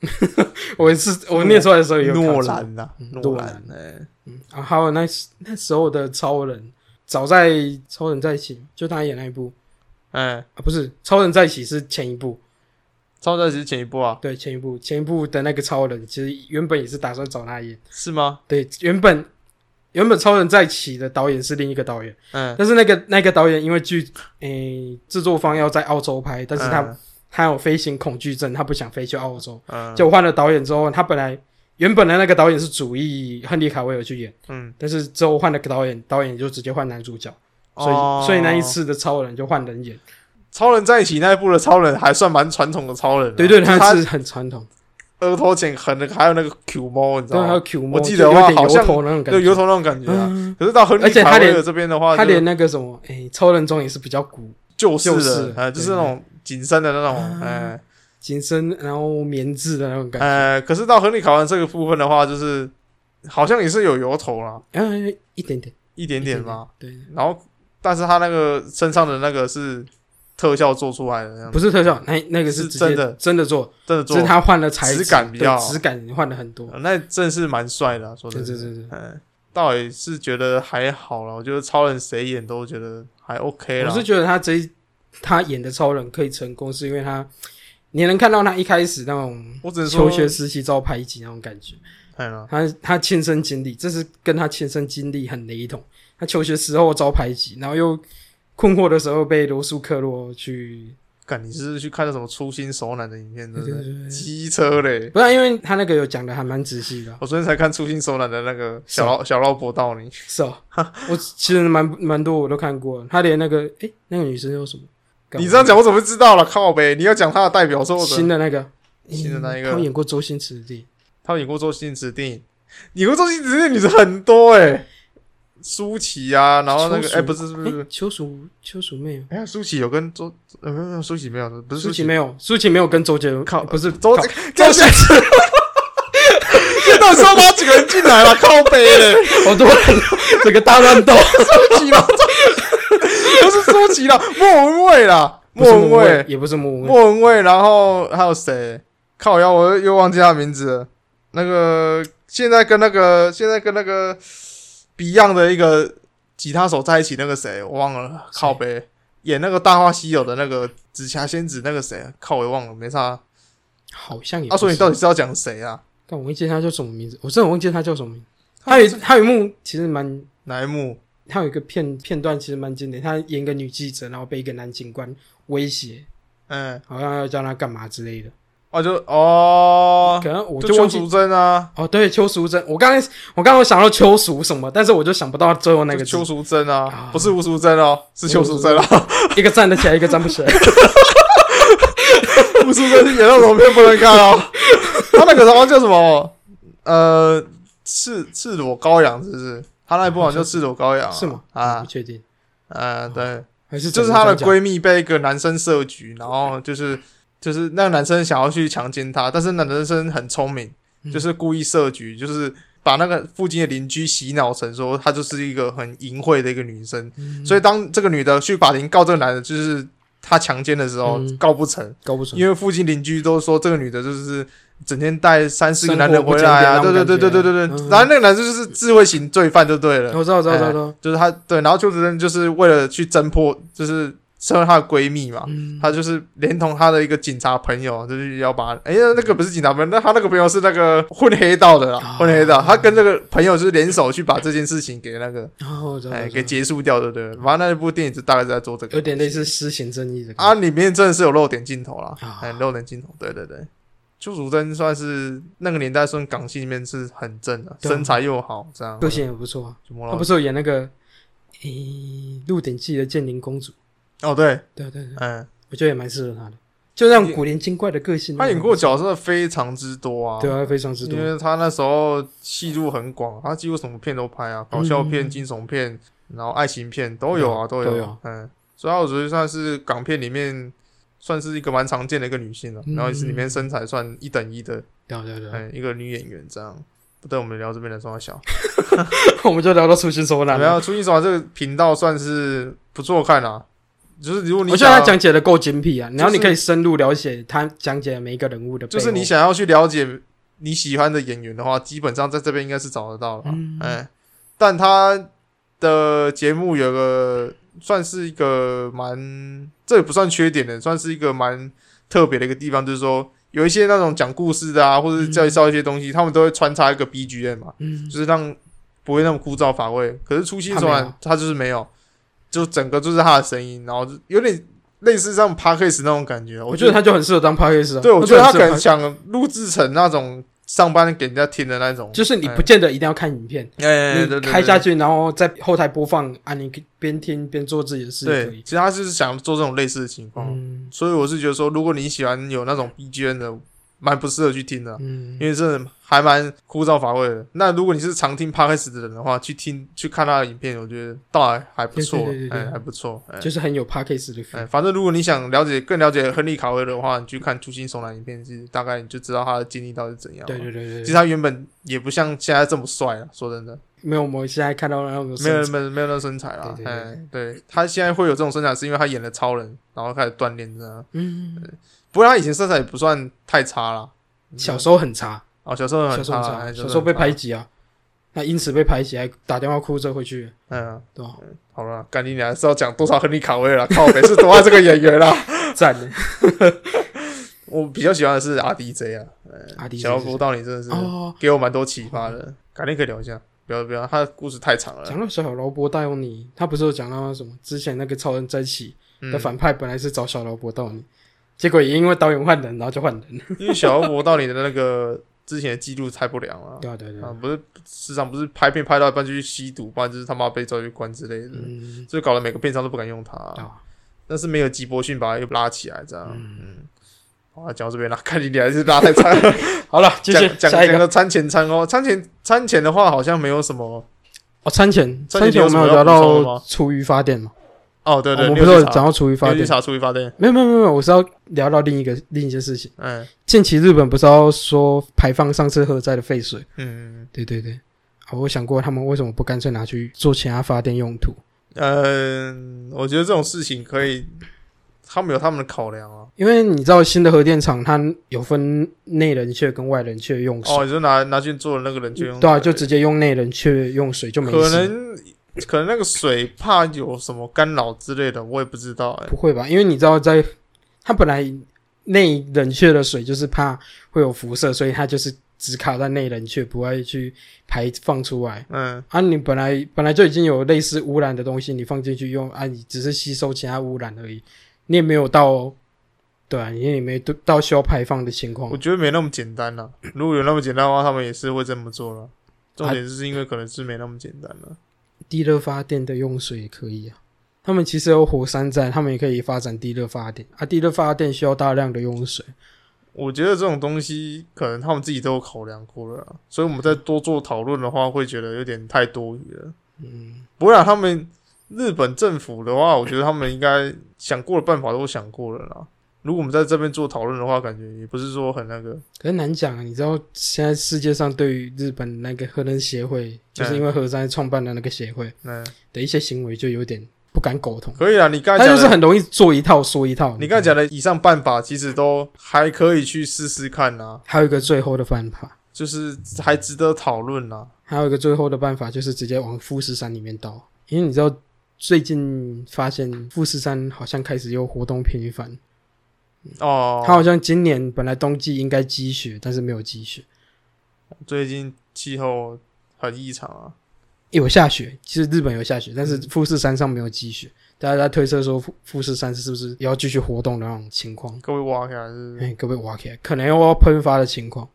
S3: 我是我念出来的时候也有卡住
S2: 诺兰呐，诺
S3: 诺
S2: 兰
S3: 兰，
S2: 哎，
S3: 啊，还有那时那时候的超人，早在超人在一起，就他演那一部
S2: 哎，
S3: 啊，不是超人在一起是前一部，
S2: 超载只是前一部啊，
S3: 对，前一部前一部的那个超人，其实原本也是打算找他演。
S2: 是吗？
S3: 对，原本原本超人在一起的导演是另一个导演，
S2: 嗯，
S3: 但是那个那个导演因为剧诶制作方要在澳洲拍，但是他、他有飞行恐惧症，他不想飞去澳洲，
S2: 嗯，
S3: 就换了导演之后，他本来原本的那个导演是主意亨利卡维尔去演，
S2: 嗯，
S3: 但是之后换了个导演，导演就直接换男主角，所以、
S2: 哦啊
S3: 所以那一次的超人就换人演，
S2: 超人在一起那一部的超人还算蛮传统的超人啊，
S3: 对对，
S2: 就是
S3: 他
S2: 他
S3: 是很传统，
S2: 额头剪很那个，还有那个 Q 猫，你知
S3: 对，
S2: 道
S3: 还有
S2: 吗？
S3: Q
S2: 我
S3: 模，
S2: 记
S3: 就
S2: 得
S3: 有
S2: 哇
S3: 点
S2: 好
S3: 油
S2: 像
S3: 头那种感
S2: 对，
S3: 觉，
S2: 油头那种感觉啊。
S3: 嗯，
S2: 可是到亨利
S3: 而且他
S2: 卡维尔
S3: 连
S2: 这边的话，
S3: 他
S2: 就
S3: 连那个什么诶、超人中也是比较古
S2: 就是
S3: 就是
S2: 人，哎，就是那种紧身的那
S3: 啊
S2: 种，哎
S3: 紧身，然后棉质的那种感觉。
S2: 哎，可是到亨利卡维尔这个部分的话，就是好像也是有油头啦，
S3: 嗯、一点点，
S2: 一点点嘛。
S3: 一点点？
S2: 然后，但是他那个身上的那个是特效做出来的，那
S3: 对，
S2: 样
S3: 不是特效，那那个
S2: 是
S3: 是直接
S2: 真的
S3: 真的做，
S2: 真的
S3: 只
S2: 做
S3: 是，他换了材质
S2: 质感比较
S3: 对质感换了很多。
S2: 呃那真的是蛮帅的啊、说
S3: 对
S2: 真
S3: 对
S2: 的，
S3: 对对，
S2: 嗯，倒也是觉得还好了。我觉得超人谁演都觉得还 OK
S3: 我
S2: 啦。
S3: 是觉得他这一他演的超人可以成功，是因为他你能看到他一开始那种
S2: 我只能说
S3: 求学时期遭排挤那种感觉，
S2: 哎呀，
S3: 他他亲身经历，这是跟他亲身经历很雷同。他求学时候遭排挤，然后又困惑的时候被罗素克洛去
S2: 干你是去看那什么初心手难的影片，对不
S3: 对对对对
S2: 机车嘞！
S3: 不然，因为他那个有讲的还蛮仔细的，
S2: 我昨天才看初心手难的那个
S3: 是
S2: 小老小老婆道你，
S3: 是哦。 我其实蛮蛮多我都看过，他连那个诶、那个女生叫什么？干
S2: 你这样讲我怎么会知道了？靠呗！你要讲他的代表作者，
S3: 新的那个
S2: 新的那一个
S3: 他演过周星驰的电影，
S2: 他演过周星驰的电影，演过周星驰的电影女生很多哎、舒淇啊，然后那个
S3: 秋
S2: 哎、
S3: 淑
S2: 不是不是不
S3: 诶
S2: 是，
S3: 秋淑秋淑妹哦，
S2: 哎、呀，舒淇有跟周呃没有没有舒淇没有，不是
S3: 舒淇
S2: 没
S3: 没有，舒淇没有跟周杰伦，呃
S2: 靠
S3: 不是
S2: 周
S3: 靠
S2: 周星驰，这到底是要拉几个人进来了？靠背嘞，
S3: 好多人整个大乱斗，
S2: 舒淇啦，不是舒淇啦，莫文蔚啦，
S3: 不是
S2: 莫文蔚，
S3: 也不是莫文蔚，
S2: 莫文蔚，然后还有谁？靠腰，我又忘记他名字了。那个现在跟那个现在跟那个 Beyond 的一个吉他手在一起，那个谁我忘了，
S3: 谁
S2: 靠北演那个《大话西游》的那个紫霞仙子，那个谁，靠我也忘了，没差。
S3: 好像也不
S2: 他
S3: 是。
S2: 啊说你到底是要讲谁啊？
S3: 但我忘记他叫什么名字，我真的忘记他叫什么名字。他有他有一幕其实蛮
S2: 哪一幕？
S3: 他有一个片片段其实蛮经典，他演一个女记者，然后被一个男警官威胁，
S2: 嗯，
S3: 好像要叫他干嘛之类的。
S2: 哦就哦
S3: 可，能我
S2: 就邱
S3: 忘记
S2: 淑贞啊，
S3: 哦，对，邱淑贞，我刚才我刚刚想到邱淑什么，但是我就想不到最后
S2: 那
S3: 那个
S2: 个
S3: 字
S2: 邱，淑贞啊
S3: 啊，
S2: 不是吴淑贞哦，是邱淑贞啊，
S3: 一个站得起来，一个站不起来。
S2: 吴淑珍演那种片不能看哦。他那个好像叫什么？呃，赤赤裸羔羊是不是？他那一部好像叫赤裸羔羊啊、
S3: 是吗？ 嗯
S2: 啊
S3: 不，确定，
S2: 呃，对，
S3: 还是
S2: 就是她的
S3: 龟。
S2: 闺蜜被一个男生设局，然后就是就是那个男生想要去强奸她，但是那男生很聪明，
S3: 嗯
S2: 就是故意设局，就是把那个附近的邻居洗脑成说她就是一个很淫秽的一个女生，
S3: 嗯
S2: 所以当这个女的去法庭告这个男的，就是她强奸的时候，
S3: 嗯
S2: 告不成。
S3: 搞不准，
S2: 因为附近邻居都说这个女的就是整天带三四个
S3: 生
S2: 男人
S3: 活不
S2: 回
S3: 检
S2: 来
S3: 点
S2: 啊，
S3: 那
S2: 对
S3: 种
S2: 对对对
S3: 感觉
S2: 对对对，
S3: 嗯
S2: 然后那个男生就是智慧型罪犯就对了，
S3: 哦我知道，我知道，我知道我知道，
S2: 就是他对，然后邱淑贞就是为了去侦破，就是成为她的闺蜜
S3: 嗯
S2: 嘛，她就是连同她的一个警察朋友，就是要把，哎呀，那个不是警察朋友，那她那个朋友是那个混黑道的啦，
S3: 啊
S2: 混黑道，她跟那个朋友就是联手去把这件事情给那个，
S3: 然哦后我知道，
S2: 哎，
S3: 我知
S2: 给
S3: 道
S2: 结束掉，对不对？反正那部电影就大概是在做这个，
S3: 有点类似施行正义的
S2: 啊，
S3: 感觉
S2: 里面真的是有露点镜头啦，
S3: 啊
S2: 哎，露点镜头，对对对，邱淑贞算是那个年代算港戏里面是很正的，
S3: 对啊
S2: 身材又好，这样
S3: 个性也不错啊。
S2: 就摸
S3: 他
S2: 到
S3: 不是有演那个诶《鹿鼎记》的建宁公主？
S2: 哦对，
S3: 对啊对对，
S2: 嗯，
S3: 我觉得也蛮适合她的，就那种古灵精怪的个性。
S2: 他演过角色非常之多啊，
S3: 对啊，非常之
S2: 因
S3: 多。
S2: 为他那时候戏路很广，他几乎什么片都拍啊，搞笑片、
S3: 嗯
S2: 惊悚片，然后爱情片都有啊，
S3: 嗯都
S2: 有，
S3: 有
S2: 嗯，所以他我觉得算是港片里面算是一个蛮常见的一个女性了、
S3: 嗯
S2: 然后也是里面身材算一等一的，
S3: 对啊对啊对啊，
S2: 嗯，一个女演员这样。不对，我们聊这边来说小，
S3: 我们就聊到初心所难
S2: 没有《
S3: 了。
S2: 初心手啊环》这个频道算是不错看啊，就是如果你
S3: 我觉得
S2: 想
S3: 他
S2: 要
S3: 讲解的够精辟啊，然后你
S2: 就是
S3: 可以深入了解他讲解的每一个人物的背
S2: 就
S3: 后，
S2: 是你想要去了解你喜欢的演员的话，基本上在这边应该是找得到了。
S3: 嗯
S2: 哎，但他的节目有个算是一个蛮，这也不算缺点的，算是一个蛮特别的一个地方，就是说有一些那种讲故事的啊，或者介绍一些东西，他们都会穿插一个 BGM 嘛，
S3: 嗯
S2: 就是让不会那么枯燥乏味。可是初心手
S3: 他没
S2: 腕
S3: 有
S2: 他就是没有，就整个就是他的声音，然后就有点类似像 Parkes 那种感觉。
S3: 我
S2: 我
S3: 觉得他就很适合当啊 p o d c a s
S2: 对，我觉得他可能想录制成那种上班给人家听的那种，
S3: 就是你不见得一定要看影片，
S2: 哎哎，哎对
S3: 你
S2: 对
S3: 开下
S2: 对
S3: 去，然后在后台播放啊，你可以边听边做自己的事也可
S2: 对，哦
S3: 以
S2: 其。实他就是想做这种类似的情况，
S3: 嗯
S2: 所以我是觉得说，如果你喜欢有那种 BGM 的，蛮不适合去听的，
S3: 嗯
S2: 因，为真的还蛮枯燥乏味的。那如果你是常听 Podcast 的人的话，去听去看他的影片，我觉得倒还还不错
S3: 对对，对对
S2: 哎，
S3: 对
S2: 还不错，哎。
S3: 就是很有 p a c k a g e 的 feel
S2: 哎，。反正如果你想了解更了解亨利卡维尔的话，你去看《初心手难》影片，其实大概你就知道他的经历到底是怎样了。
S3: 对对对对
S2: 其实
S3: 对，
S2: 他原本也不像现在这么帅啊，说真的，
S3: 没有我们现在看到那种
S2: 没有
S3: 身材
S2: 没有没有那身材啦。
S3: 对对对
S2: 哎，对他现在会有这种身材，是因为他演了超人，然后开始锻炼这样。
S3: 嗯，
S2: 不过他以前身材也不算太差啦。
S3: 小时候很差，
S2: 哦，小时候
S3: 小
S2: 很
S3: 时候
S2: 差，
S3: 很差，
S2: 哎
S3: 小时候被。排
S2: 很差
S3: 挤啊，那因此被排挤，还打电话哭着回去，
S2: 嗯，
S3: 对吧？
S2: 好了，赶紧你还是要讲多少亨利卡维尔啦， 靠，每次都爱这个演员啦。
S3: 赞的，
S2: 我比较喜欢的是 RDJ 啊，
S3: 阿迪是
S2: 小老
S3: 不是
S2: 婆道理真的是
S3: 哦，
S2: 给我蛮多启发的，改天可以聊一下。不要不要，他的故事太长了。
S3: 讲到小劳勃戴欧尼，他不是有讲到什么？之前那个超人在一起的
S2: 嗯，
S3: 反派本来是找小劳勃戴欧尼，结果也因为导演换人，然后就换人了。
S2: 因为小老婆道理的那个之前的记录太不良了。
S3: 对啊对啊对
S2: 啊，
S3: 啊，
S2: 不是市场不是拍片拍到一半就去吸毒，不然就是他妈被抓去关之类的，
S3: 嗯，
S2: 所以搞得每个片商都不敢用他。
S3: 啊，
S2: 但是没有吉伯逊把他又拉起来，这样。嗯，好，讲到这边了，看你你还是拉太 长了。
S3: 好了，继
S2: 讲
S3: 续
S2: 讲
S3: 下一
S2: 讲
S3: 个。
S2: 个餐前餐后，餐前餐前的话好像没有什么。
S3: 哦，餐前
S2: 餐前
S3: 餐
S2: 你
S3: 前
S2: 有
S3: 我
S2: 什
S3: 们
S2: 么
S3: 有
S2: 要
S3: 聊
S2: 补充的
S3: 到
S2: 吗
S3: 厨余发电嘛？
S2: 哦，对对，
S3: 我
S2: 你
S3: 们
S2: 有
S3: 不是
S2: 去
S3: 有
S2: 查
S3: 讲到厨余发
S2: 你有
S3: 电
S2: 去？查出一发电，
S3: 没有没有没有没有，我是要聊到另一个另一件事情。
S2: 嗯
S3: 近期日本不是要说排放上次核灾的废水？
S2: 嗯
S3: 对对对，啊，我想过他们为什么不干脆拿去做其他发电用途？
S2: 嗯，我觉得这种事情可以，他们有他们的考量啊。
S3: 因为你知道新的核电厂它有分内冷却跟外冷却用水，
S2: 哦，你就拿拿去做那个人就用
S3: 对啊，就直接用内冷却用水就没
S2: 可
S3: 事。
S2: 能可能那个水怕有什么干扰之类的，我也不知道哎、
S3: 不会吧？因为你知道在它本来内冷却的水就是怕会有辐射，所以它就是只卡在内人，却不会去排放出来。
S2: 嗯
S3: 啊，你本来本来就已经有类似污染的东西，你放进去用啊，你只是吸收其他污染而已，你也没有到，对、啊，你也没到需要排放的情况
S2: 我。觉得没那么简单啦。如果有那么简单的话，他们也是会这么做了。重点是因为可能是没那么简单啊了。
S3: 地热发电的用水也可以啊，他们其实有火山站，他们也可以发展地热发电啊。地热发电需要大量的用水，
S2: 我觉得这种东西可能他们自己都有考量过了啦，所以我们再多做讨论的话，会觉得有点太多余了。
S3: 嗯，
S2: 不然他们日本政府的话，我觉得他们应该想过的办法都想过了啦。如果我们在这边做讨论的话，感觉也不是说很那个，
S3: 可是难讲啊。你知道现在世界上对于日本那个核能协会，就是因为核山创办的那个协会
S2: 嗯，
S3: 的一些行为，就有点不敢苟同。
S2: 可以啊。你刚才
S3: 他
S2: 讲
S3: 就
S2: 的
S3: 是很容易做一套说一套。
S2: 你刚才讲的以上办法，其实都还可以去试试看啊，
S3: 还有一个最后的办法，
S2: 就是还值得讨论啊。
S3: 还有一个最后的办法就是直接往富士山里面倒，因为你知道最近发现富士山好像开始又活动频繁，它
S2: 哦，
S3: 好像今年本来冬季应该积雪，但是没有积雪，
S2: 最近气候很异常啊。
S3: 有下雪，其实日本有下雪，但是富士山上没有积雪，大家在推测说富富士山是不是也要继续活动的那种情况？
S2: 各位挖开还是
S3: 哎、各位挖起来，可能又要喷发的情况，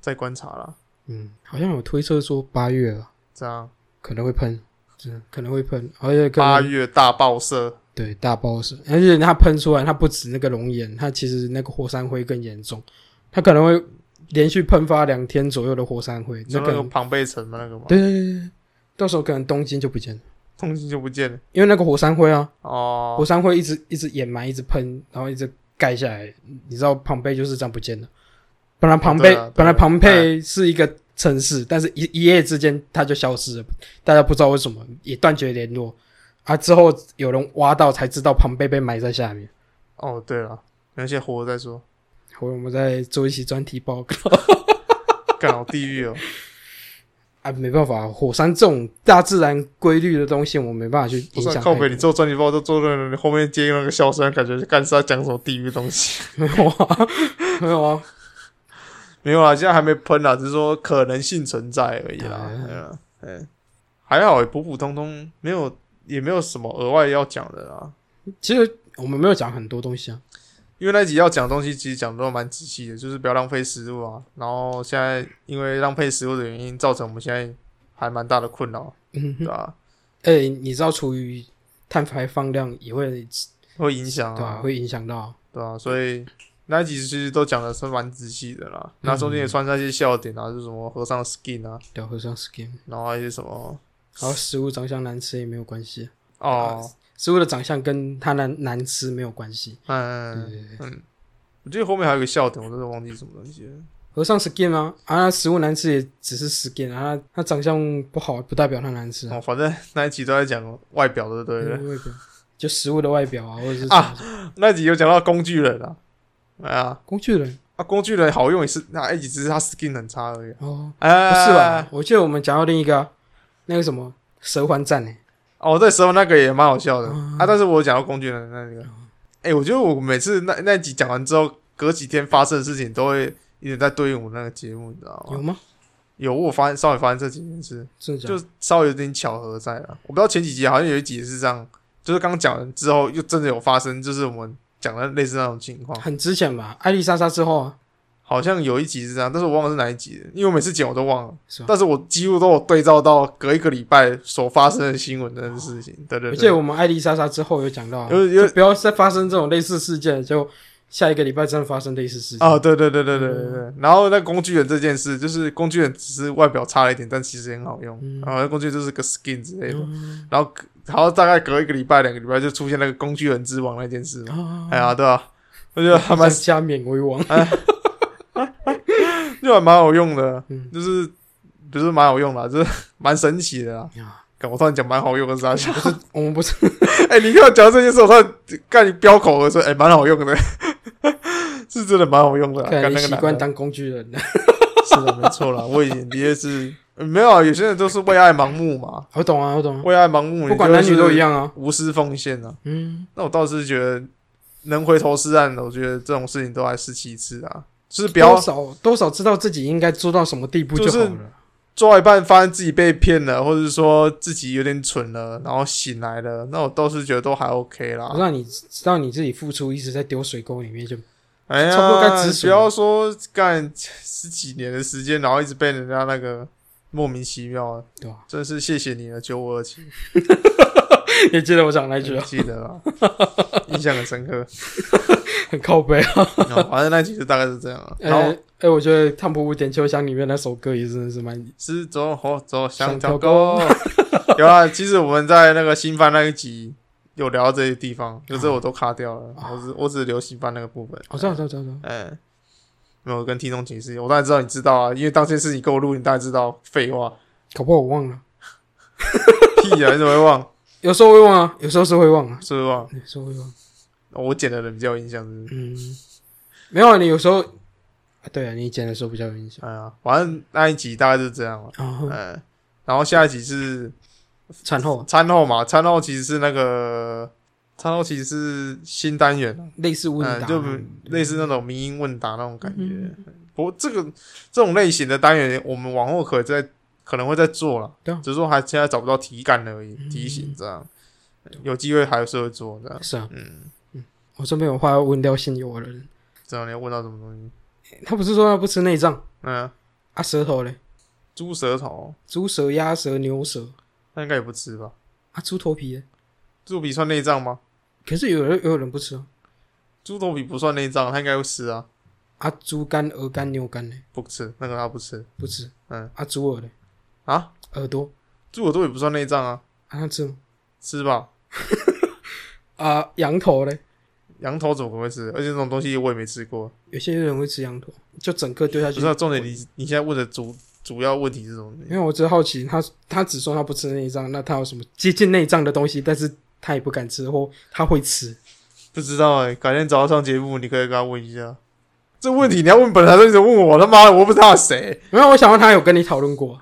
S2: 再观察啦，
S3: 嗯，好像有推测说八月了
S2: 这样
S3: 可能会喷，嗯，可能会喷，而且可能
S2: 八月大爆射，
S3: 对，大爆射，而且它喷出来，它不止那个熔岩，它其实那个火山灰更严重，它可能会连续喷发两天左右的火山灰，
S2: 就那
S3: 那可
S2: 个
S3: 能
S2: 庞贝城嘛那个嘛，
S3: 对对对对，对到时候可能东京就不见了，
S2: 东西就不见了。
S3: 因为那个火山灰啊，火
S2: 哦，
S3: 山灰一直一直掩埋，一直喷，然后一直盖下来，你知道庞贝就是这样不见了。本来庞
S2: 对
S3: 贝、
S2: 啊对啊
S3: 本来庞贝是一个城市，但是一一夜之间它就消失了，大家不知道为什么，也断绝联络啊。之后有人挖到才知道庞贝被埋在下面。
S2: 哦，对了，那先活着再说，
S3: 我我们再做一期专题报告
S2: 干好地狱哦。
S3: 啊，没办法，火山这种大自然规律的东西，我没办法去
S2: 不是
S3: 影响
S2: 啊
S3: 太
S2: 靠
S3: 多。
S2: 北，你做专题报都做那个后面接那个笑声，感觉干是在讲什么地狱东西。
S3: 没有啊，没有啊，
S2: 没有啦，啊现在还没喷啦，只是说可能性存在而已啦。
S3: 对
S2: 对啦嗯，还好、欸，普普通通，没有也没有什么额外要讲的啦。
S3: 其实我们没有讲很多东西啊。
S2: 因为那集要讲的东西，其实讲的都蛮仔细的，就是不要浪费食物啊。然后现在因为浪费食物的原因，造成我们现在还蛮大的困扰，
S3: 嗯
S2: 对
S3: 哼，
S2: 吧、
S3: 哎、你知道厨余碳排放量也会
S2: 会影响
S3: 对吧、
S2: 啊，
S3: 会影响到。
S2: 对啊，所以那一集其实都讲的是蛮仔细的啦。那中间也穿插一些笑点啊，就是什么和尚 skin 啊，
S3: 对啊，和尚 skin，
S2: 然后还有一些什么
S3: 然后食物长相难吃也没有关系，啊
S2: 哦，
S3: 食物的长相跟它难难吃没有关系。
S2: 嗯，
S3: 对对对
S2: 我记得后面还有一个笑点，我真的忘记什么东西了。
S3: 和尚 skin 啊，啊，食物难吃也只是 skin 啊，它长相不好不代表它难吃啊。
S2: 哦，反正那一集都在讲外表的，对不对？
S3: 外表，就食物的外表啊，或者是
S2: 啊
S3: 什么
S2: 那一集有讲到工具人啊，哎呀，
S3: 工具人
S2: 啊，工具人好用也是那一集，只是他 skin 很差而已啊。
S3: 哦，不
S2: 哎，
S3: 是吧？？我记得我们讲到另一个啊那个什么蛇环战欸呢，
S2: 哦，对，时候那个也蛮好笑的
S3: 嗯
S2: 啊，但是我有讲到工具人的那个，哎，我觉得我每次那那一集讲完之后，隔几天发生的事情都会一直在对应我那个节目，你知道
S3: 有
S2: 吗？
S3: 吗？
S2: 有，我有发现稍微发现这几件事。
S3: 真的假
S2: 就
S3: 的？
S2: 稍微有点巧合在了。我不知道前几集好像有一集是这样，就是刚讲完之后又真的有发生，就是我们讲的类似那种情况，
S3: 很之前吧，艾丽莎莎之后啊，
S2: 好像有一集是这样，但是我忘了是哪一集了，因为我每次剪我都忘了，
S3: 是吧？啊
S2: 但是我几乎都有对照到隔一个礼拜所发生的新闻这件事情。对对
S3: 而且
S2: 对，
S3: 我们艾丽莎莎之后有讲到啊，
S2: 有有
S3: 就不要再发生这种类似事件，就下一个礼拜真的发生类似事件
S2: 啊，，对对对对对
S3: 嗯
S2: 对对。然后那工具人这件事，就是工具人只是外表差了一点，但其实也很好用。
S3: 嗯
S2: 然后那工具人就是个 skin 之类的，
S3: 嗯
S2: 然后隔然后大概隔一个礼拜、两个礼拜就出现那个工具人之王那件事嘛。
S3: 啊，
S2: 哎呀，对啊，我觉得还 蛮
S3: 加冕 为王，
S2: 就还蛮有用的，
S3: 嗯
S2: 就是不是蛮有用的啊，就是蛮神奇的啦
S3: 啊。
S2: 干我突然讲蛮好用的啥笑？
S3: 我们不是
S2: 哎、你跟我讲到这件事，我突然干你飙口而出，哎、蛮好用的， 是真的蛮好用的啊。
S3: 看来
S2: 干
S3: 你
S2: 那个
S3: 习
S2: 男
S3: 惯
S2: 的，
S3: 当工 具人了，
S2: 是的，没错啦。 我以前的确是、呃没有啊，有些人都是为爱盲目嘛，
S3: 我懂啊，我懂啊，
S2: 为爱盲目，
S3: 不管男女都一，样啊，
S2: 无私奉献啊。
S3: 嗯，
S2: 那我倒是觉得能回头是岸的，我觉得这种事情都还是其次啊。就是不要
S3: 多少多少知道自己应该做到什么地步就好
S2: 就是
S3: 了。
S2: 做到一半发现自己被骗了，或者说自己有点蠢了，然后醒来了，那我倒是觉得都还 OK 啦。
S3: 让你知道你自己付出一直在丢水沟里面就，
S2: 哎呀，
S3: 差不多该止
S2: 不
S3: 损了
S2: 要说干十几年的时间，然后一直被人家那个莫名其妙的，
S3: 对啊吧、
S2: 真是谢谢你了，九五二七，
S3: 也记得我讲那句、啊，
S2: 记得啦，印象很深刻。
S3: 很靠 背啊。
S2: 然后反正那集就大概是这样啊。
S3: 哎、
S2: 然后
S3: 哎我觉得《汤姆五点秋香》里面那首歌也真的 是蛮
S2: 是走火走
S3: 想
S2: 香
S3: 跳
S2: 蕉沟， 有啊。其实我们在那个新番那一集有聊到这些地方，可是我都卡掉 了，
S3: 啊
S2: 我只我只留新番那个部分。
S3: 好像好像好像
S2: 哎，没有我跟听众解释，我当然知道你知道啊，因为当天是你跟我录，你当然知道。废话，
S3: 搞不好我忘了，
S2: 屁啊，你怎么会忘？
S3: 有时候会忘啊，有时候是会忘啊，
S2: 是不是忘？
S3: 有时候会忘。
S2: 我剪的人比较有印象，是不是？
S3: 嗯，没有啊，你有时候，啊对啊，你剪的时候比较有印象
S2: 哎呀，反正那一集大概就是这样了。
S3: 啊。
S2: 哎，然后下一集是
S3: 产后啊
S2: 餐后嘛，餐后其实是那个餐后其实是新单元，
S3: 类似问
S2: 嗯，
S3: 答，
S2: 就类似那种民音问答那种感觉。
S3: 嗯
S2: 不过这个这种类型的单元，我们往后可在可能会再做了
S3: 对啊，嗯
S2: 只是说还现在找不到题干而已，题型这样。
S3: 啊
S2: 有机会还是会做的。
S3: 是啊，
S2: 嗯，
S3: 我这边有话要问掉现有的人，
S2: 这样你要问到什么东西？
S3: 他不是说他不吃内脏
S2: 嗯，
S3: 啊，舌头嘞，
S2: 猪舌头，
S3: 猪舌、鸭舌、牛舌
S2: 那应该也不吃吧？
S3: 啊，猪头皮嘞，
S2: 猪皮算内脏吗？
S3: 可是有人有人不吃啊，
S2: 猪头皮不算内脏，他应该会吃啊。
S3: 啊，猪肝、鹅肝、牛肝嘞
S2: 不吃那个他不吃
S3: 不吃，
S2: 嗯
S3: 啊，猪耳嘞，
S2: 啊，
S3: 耳朵
S2: 猪耳朵也不算内脏啊，
S3: 啊，他吃吗？
S2: 吃吧。
S3: 啊，羊头嘞，
S2: 羊头怎么可能会吃？而且这种东西我也没吃过。
S3: 有些人会吃羊头，就整个丢下
S2: 不
S3: 去
S2: 知。道重点你，你现在问的主主要问题是什么？
S3: 因为我只是好奇，他他只说他不吃内脏，那他有什么接近内脏的东西，但是他也不敢吃，或他会吃，
S2: 不知道哎、改天早上上节目，你可以跟他问一下。这问题你要问本台，你怎么问我？他妈的，我又不知道他谁。
S3: 没有，我想问他有跟你讨论过？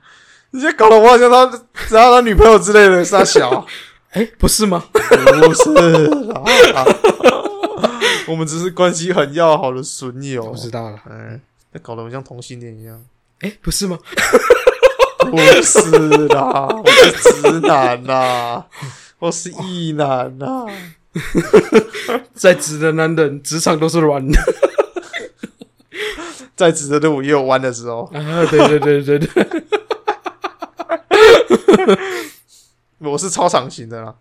S2: 你现在搞得我好像他，只要他女朋友之类的，傻小。
S3: 哎，不是吗？
S2: 不是啦， 我们只是关系很要好的损友
S3: 不。知道了。
S2: 哎，那搞得我像同性恋一样。
S3: 哎，不是吗？
S2: 不是啦，我是直男啦，我是异男啊啦。
S3: 在职的男人，职场都是软的
S2: 在直的路也有弯的时候。
S3: 啊！对对对对对，
S2: 我是超长型的啦，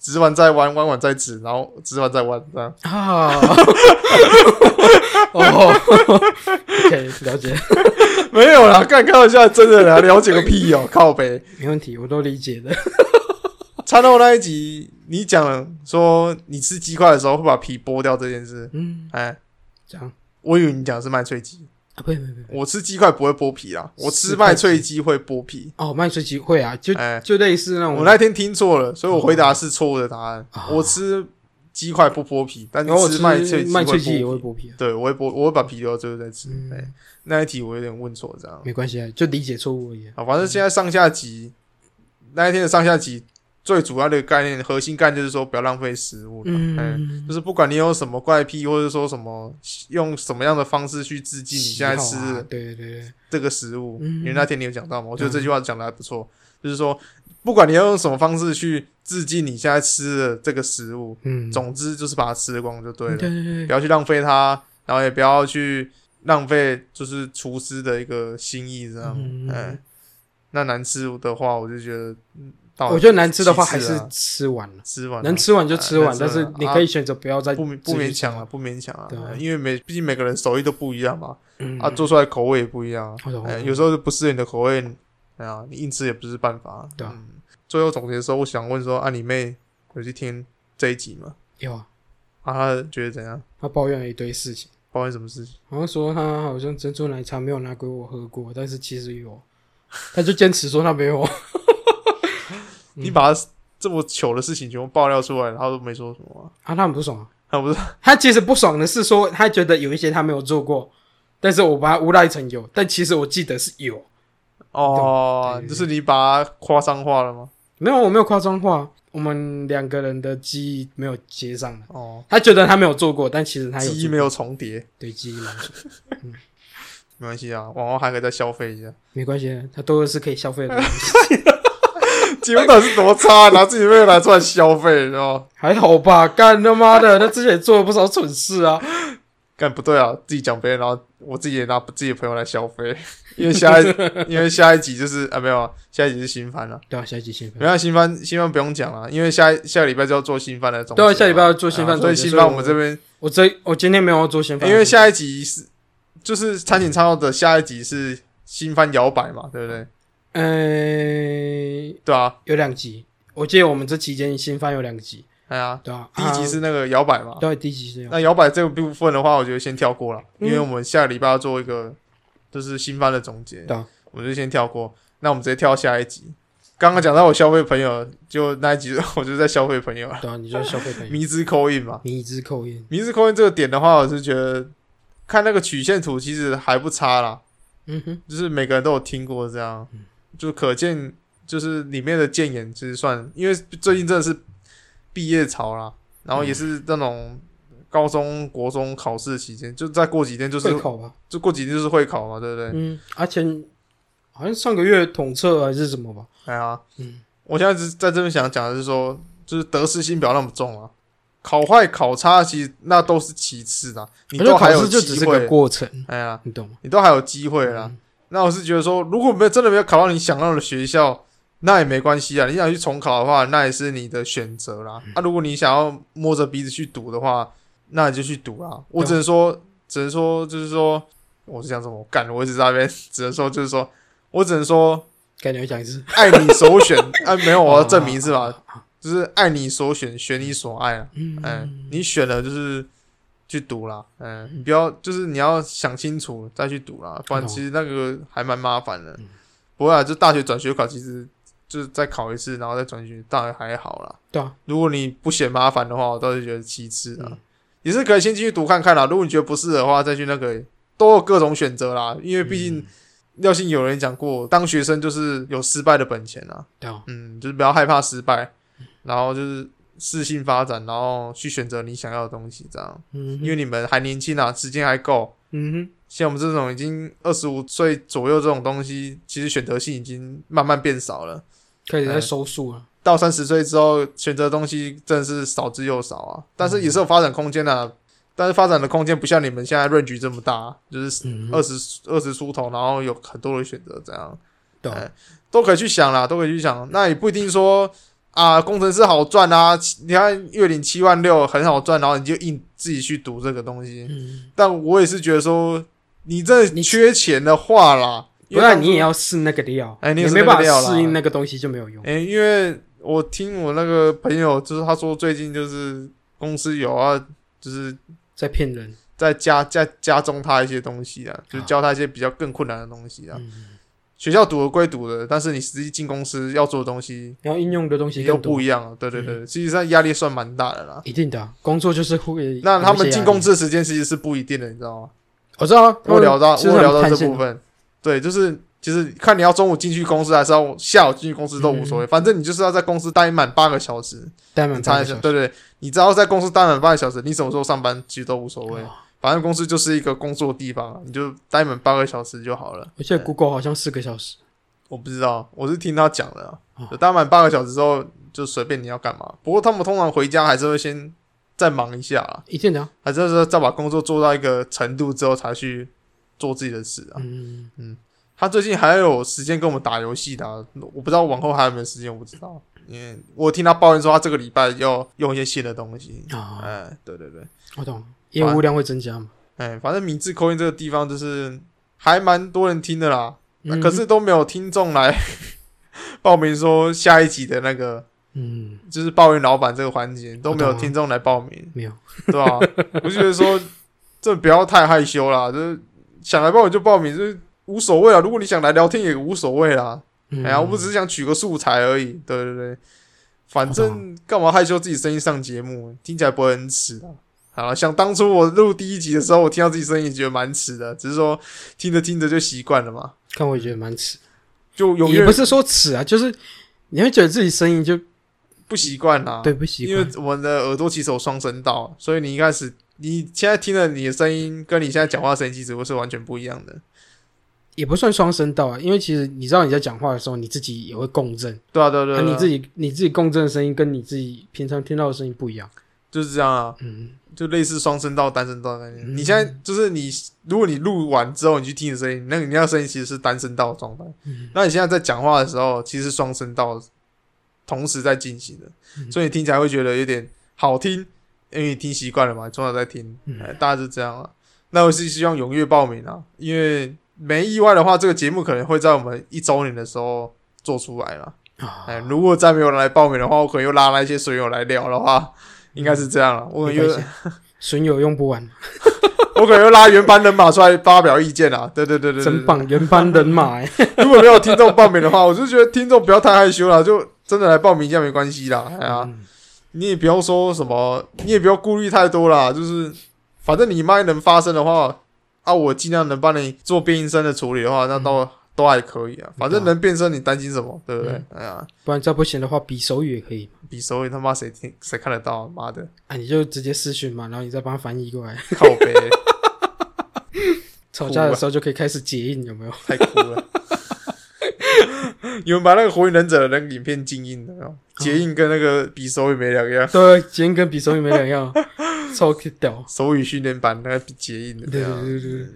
S2: 直完再弯，弯完再直，然后直完再弯，这样
S3: 啊， 哦，OK，了解，
S2: 没有啦，看开玩笑，真的啦，了解个屁 哦、靠北。
S3: 没问题，我都理解的。
S2: 餐后那一集，你讲说你吃鸡块的时候会把皮剥掉这件事，
S3: 嗯，
S2: 哎，
S3: 这样
S2: 我以为你讲的是麦脆鸡，
S3: 啊，不不不，
S2: 我吃鸡块不会剥皮啦，我吃麦脆鸡会剥皮。
S3: 哦，麦脆鸡会啊，就
S2: 哎
S3: 就类似那
S2: 我
S3: 种，
S2: 那天听错了，所以我回答是错误的答案。我吃鸡块不剥皮，但
S3: 啊然后我
S2: 是吃麦脆
S3: 麦脆鸡也会
S2: 剥皮。
S3: 剥皮啊，
S2: 对，我会剥，我会把皮留到最后再吃。
S3: 嗯
S2: 哎，那一题我有点问错，这样。
S3: 没关系啊，就理解错误而已啊。
S2: 啊，反正现在上下集那一天的上下集最主要的概念、核心概念就是说不要浪费食物了。
S3: 嗯
S2: 嗯，就是不管你有什么怪癖，或者说什么用什么样的方式去致敬你
S3: 喜
S2: 现在
S3: 好
S2: 吃
S3: 啊
S2: 的
S3: 对对对，
S2: 这个食物，
S3: 嗯
S2: 因为那天你有讲到嘛，我觉得这句话讲的还不错，就是说不管你要用什么方式去致敬你现在吃的这个食物，
S3: 嗯，
S2: 总之就是把它吃光就对了，
S3: 对对
S2: 不
S3: 对，
S2: 要去浪费它，然后也不要去浪费就是厨师的一个心意这样。
S3: 嗯
S2: 哎，那难吃的话，我就觉得，嗯，到
S3: 我觉得难吃的话还
S2: 其次
S3: 是
S2: 啊
S3: 吃完了，
S2: 吃完啊
S3: 能吃完就吃完
S2: 哎，
S3: 但
S2: 能吃
S3: 是
S2: 完啊
S3: 你可以选择不要再
S2: 不勉不
S3: 继续
S2: 勉
S3: 吃
S2: 强啊，，不勉强啊
S3: 对啊，
S2: 因为每毕竟每个人手艺都不一样嘛，
S3: 嗯
S2: 啊，做出来口味也不一样啊
S3: 我懂我，
S2: 哎
S3: 懂
S2: 有时候就不适合你的口味，哎呀，你硬吃也不是办法。
S3: 对啊
S2: 嗯，最后总结的时候，我想问说，啊，你妹有去听这一集吗？
S3: 有啊，
S2: 啊，她觉得怎样？
S3: 他抱怨了一堆事情。
S2: 抱怨什么事情？
S3: 好像说他好像珍珠奶茶没有拿给我喝过，但是其实有，他就坚持说他没有。嗯
S2: 你把她这么糗的事情全部爆料出来，然后都没说什么啊、
S3: 啊，他很不爽、啊。
S2: 她不是
S3: 他其实不爽的是说，他觉得有一些他没有做过，但是我把它诬赖成有，但其实我记得是有，
S2: 哦
S3: 对，对
S2: 就是你把她夸张化了吗？
S3: 没有，我没有夸张化。我们两个人的记忆没有接上嘛。
S2: 哦，
S3: 他觉得他没有做过，但其实他有
S2: 记忆
S3: 做
S2: 没
S3: 过
S2: 有重叠，
S3: 对记忆盲区，
S2: 没关系啊，往后还可以再消费一下。
S3: 没关系，他都是可以消费的东西，
S2: 节目到底是多差，拿自己妹拿出来消费，你哦知道吗？
S3: 还好吧？干他妈的，他之前也做了不少蠢事啊！
S2: 干不对啊，自己讲别人，然后我自己也拿自己的朋友来消费， 因为 下一因为下一集就是啊没有啊，下一集是新番了、
S3: 对啊，下一集新番
S2: 没有啊新番新番不用讲了，因为下一下个礼拜就要做新番的总结
S3: 对
S2: 嘛。
S3: 啊下礼拜要做新番
S2: 啊所以
S3: 总结
S2: 新
S3: 所以
S2: 番
S3: 我
S2: 我们这边，
S3: 我这我今天没有要做新番，
S2: 因为下一集是就是餐饮餐到的下一集是新番摇摆嘛，对不对？
S3: 呃
S2: 对啊，
S3: 有两集，我记得我们这期间新番有两集，
S2: 哎呀，
S3: 对啊，
S2: 第一集
S3: 啊
S2: 是那个摇摆嘛，
S3: 对第一集是这样，
S2: 那摇摆这个部分的话，我觉得先跳过了，
S3: 嗯
S2: 因为我们下个礼拜要做一个就是新番的总结，
S3: 对啊
S2: 我们就先跳过。那我们直接跳下一集。刚刚讲到我消费朋友，就那一集 我就在消费朋友了，
S3: 对啊，你就是消费朋友，
S2: 迷之扣印嘛。
S3: 迷之扣烟，
S2: 迷之扣印这个点的话，我是觉得看那个曲线图其实还不差啦，
S3: 嗯哼，
S2: 就是每个人都有听过这样
S3: 嗯，
S2: 就可见就是里面的谏言，其实算因为最近真的是毕业潮啦，然后也是那种高中国中考试期间，就再过几天就是
S3: 会考吧，
S2: 就过几天就是会考嘛，对不对？
S3: 嗯，而且好像上个月统测还是什么吧，
S2: 哎呀，
S3: 嗯，
S2: 我现在只在这边想讲的是说，就是得失心不要那么重啊。考坏、考差，其实那都是其次的，你
S3: 我觉
S2: 都
S3: 得考
S2: 还有
S3: 试就只
S2: 机
S3: 是个
S2: 会。
S3: 过程，
S2: 哎呀，
S3: 你懂吗？
S2: 你都还有机会啦。
S3: 嗯
S2: 那我是觉得说，如果没有真的没有考到你想要的学校，那也没关系啊。你想去重考的话，那也是你的选择啦。啊，如果你想要摸着鼻子去读的话，那你就去读啦。我只能说，只能说，就是说，我是想什么？干，我一直在那边，只能说，就是说我只能说，
S3: 感觉讲一次，
S2: 爱你首选。 啊，没有，我要证明是吧？
S3: 啊？啊啊
S2: 就是爱你所选，选你所爱啊。
S3: 嗯，
S2: 哎，你选了就是去读啦，嗯，你不要就是你要想清楚再去读啦，不然
S3: 懂嗯
S2: 其实那个还蛮麻烦的。不会啊，就大学转学考，其实就是再考一次，然后再转学，当然还好啦。
S3: 对啊，
S2: 如果你不嫌麻烦的话，我倒是觉得其次啊，
S3: 嗯
S2: 也是可以先进去读看看啦。如果你觉得不适合的话，再去那个都有各种选择啦，因为毕竟
S3: 嗯
S2: 廖信有人讲过，当学生就是有失败的本钱啊。
S3: 对啊，
S2: 嗯，就是不要害怕失败，然后就是适性发展，然后去选择你想要的东西，这样。
S3: 嗯哼，
S2: 因为你们还年轻啊，时间还够。
S3: 嗯哼，
S2: 像我们这种已经二十五岁左右这种东西，其实选择性已经慢慢变少了。
S3: 开始在收束了，
S2: 到三十岁之后，选择的东西真的是少之又少啊。但是也是有发展空间的、啊，但是发展的空间不像你们现在润局这么大，啊就是
S3: 嗯哼，
S2: 二十二十出头，然后有很多的选择，这样。
S3: 对啊，
S2: 哎都可以去想啦，都可以去想。那也不一定说啊，工程师好赚啊，七你看月领七万六很好赚，然后你就硬自己去读这个东西。
S3: 嗯，
S2: 但我也是觉得说，你这
S3: 你
S2: 缺钱的话啦，
S3: 不然你也要试那个料，
S2: 哎你也
S3: 也
S2: 是
S3: 没
S2: 那个
S3: 办法
S2: 料啦
S3: 适应那个东西就没有用。
S2: 哎、因为我听我那个朋友，就是他说最近就是公司有啊，就是
S3: 在骗人。
S2: 在加加加重他一些东西啊，就是
S3: 啊
S2: 教他一些比较更困难的东西啊。
S3: 嗯，
S2: 学校读的归读的，但是你实际进公司要做的东西
S3: 然后应用的东西
S2: 又
S3: 更
S2: 不
S3: 多，嗯
S2: 一样了。啊对对对，其实上压力算蛮大的啦。
S3: 一定的啊、工作就是会。
S2: 那他们进公
S3: 司，
S2: 司的时间其实是不一定的，你知道吗？
S3: 我知道啊，
S2: 我有聊到，我
S3: 其实
S2: 有
S3: 很
S2: 聊到
S3: 弹
S2: 这
S3: 性
S2: 部分，对，就是其实看你要中午进去公司，还是要下午进去公司都无所谓，反正你就是要在公司待满八个小时，
S3: 嗯待
S2: 你
S3: 满
S2: 才
S3: 半
S2: 能
S3: 个小时，
S2: 对对，对你只要在公司待满八个小时，你什么时候上班其实都无所谓
S3: 哦，
S2: 反正公司就是一个工作地方，啊你就待满八个小时就好了。
S3: 我记得 Google 好像四个小时。
S2: 我不知道，我是听他讲的啊、
S3: 哦
S2: 就待满八个小时之后，就随便你要干嘛。不过他们通常回家还是会先再忙一下啦。
S3: 一定的啊、
S2: 还是说再把工作做到一个程度之后才去做自己的事啊。
S3: 嗯，
S2: 他最近还有时间跟我们打游戏的啊、我不知道往后还有没有时间，我不知道。因为我听他抱怨说，他这个礼拜要用一些新的东西。
S3: 啊，
S2: 哎，对对对，
S3: 我懂，业务量会增加嘛。
S2: 哎，反正明治扣音这个地方就是还蛮多人听的啦，那
S3: 嗯
S2: 可是，都没有听众来 报名说下一集的那个。
S3: 嗯，
S2: 就是抱怨老板这个环节都没有
S3: 我懂啊
S2: 听众来报名，
S3: 没有，
S2: 对吧、我就觉得说，这不要太害羞啦，就是想来报名就报名，就是无所谓啦。啊如果你想来聊天也无所谓啦。
S3: 嗯、
S2: 哎呀，我们只是想取个素材而已，对对对。反正干嘛害羞自己声音上节目，听起来不会很耻啊。好了，想当初我录第一集的时候，我听到自己声音也觉得蛮耻的，只是说听着听着就习惯了嘛，
S3: 看我也觉得蛮耻，
S2: 就永
S3: 也
S2: 远
S3: 不是说耻啊，就是你会觉得自己声音就
S2: 不习惯啦。
S3: 对，不习
S2: 因为
S3: 惯。
S2: 我们的耳朵其实有双声道，所以你一开始你现在听了你的声音，跟你现在讲话声音其实是完全不一样的。
S3: 也不算双声道啊，因为其实你知道你在讲话的时候，你自己也会共振，
S2: 对啊，对啊对
S3: 那、
S2: 啊，
S3: 你自
S2: 己
S3: 己你自己共振的声音跟你自己平常听到的声音不一样。
S2: 就是这样啊，
S3: 嗯，
S2: 就类似双声道、单声道的概念。
S3: 嗯
S2: 你现在就是你，如果你录完之后你去听你的声音，那个你那个声音其实是单声道的状态。
S3: 嗯
S2: 那你现在在讲话的时候，其实是双声道同时在进行的，
S3: 嗯
S2: 所以你听起来会觉得有点好听，因为你听习惯了嘛，从小在听，
S3: 嗯
S2: 哎大致这样啊。那我是希望踊跃报名啊，因为没意外的话，这个节目可能会在我们一周年的时候做出来嘛。
S3: 啊，
S2: 哎，如果再没有人来报名的话，我可能又拉那些水友来聊的话，应该是这样了。我可
S3: 嗯没
S2: 能又
S3: 关系，损友用不完，
S2: 我可能又拉原班人马出来发表意见啊。对对对对，对
S3: 真！棒，原班人马、欸。
S2: 对如果没有听众报名的话，我就觉得听众不要太害羞了，就真的来报名一下没关系啦。哎呀，
S3: 嗯
S2: 你也不要说什么，你也不要顾虑太多啦，就是反正你麦能发声的话，啊，我尽量能帮你做变音声的处理的话，那
S3: 嗯
S2: 都、都还可以啊。反正能变声，你担心什么？对不对？哎呀，
S3: 不然再不行的话，比手语也可以嘛。
S2: 比手语他妈谁听谁看得到、啊？妈的，
S3: 啊，你就直接私讯嘛，然后你再帮他翻译过来。
S2: 靠背
S3: 吵
S2: 啊
S3: 架的时候就可以开始结印，有没 有？
S2: 太酷了。 你们把那个火影忍者的那个影片静音了，有没有结印跟那个比手语没两样，
S3: 对，结印跟比手语没两样，超屌。
S2: 手语训练班那个结印的
S3: 对
S2: 这
S3: 对
S2: 样。
S3: 对对，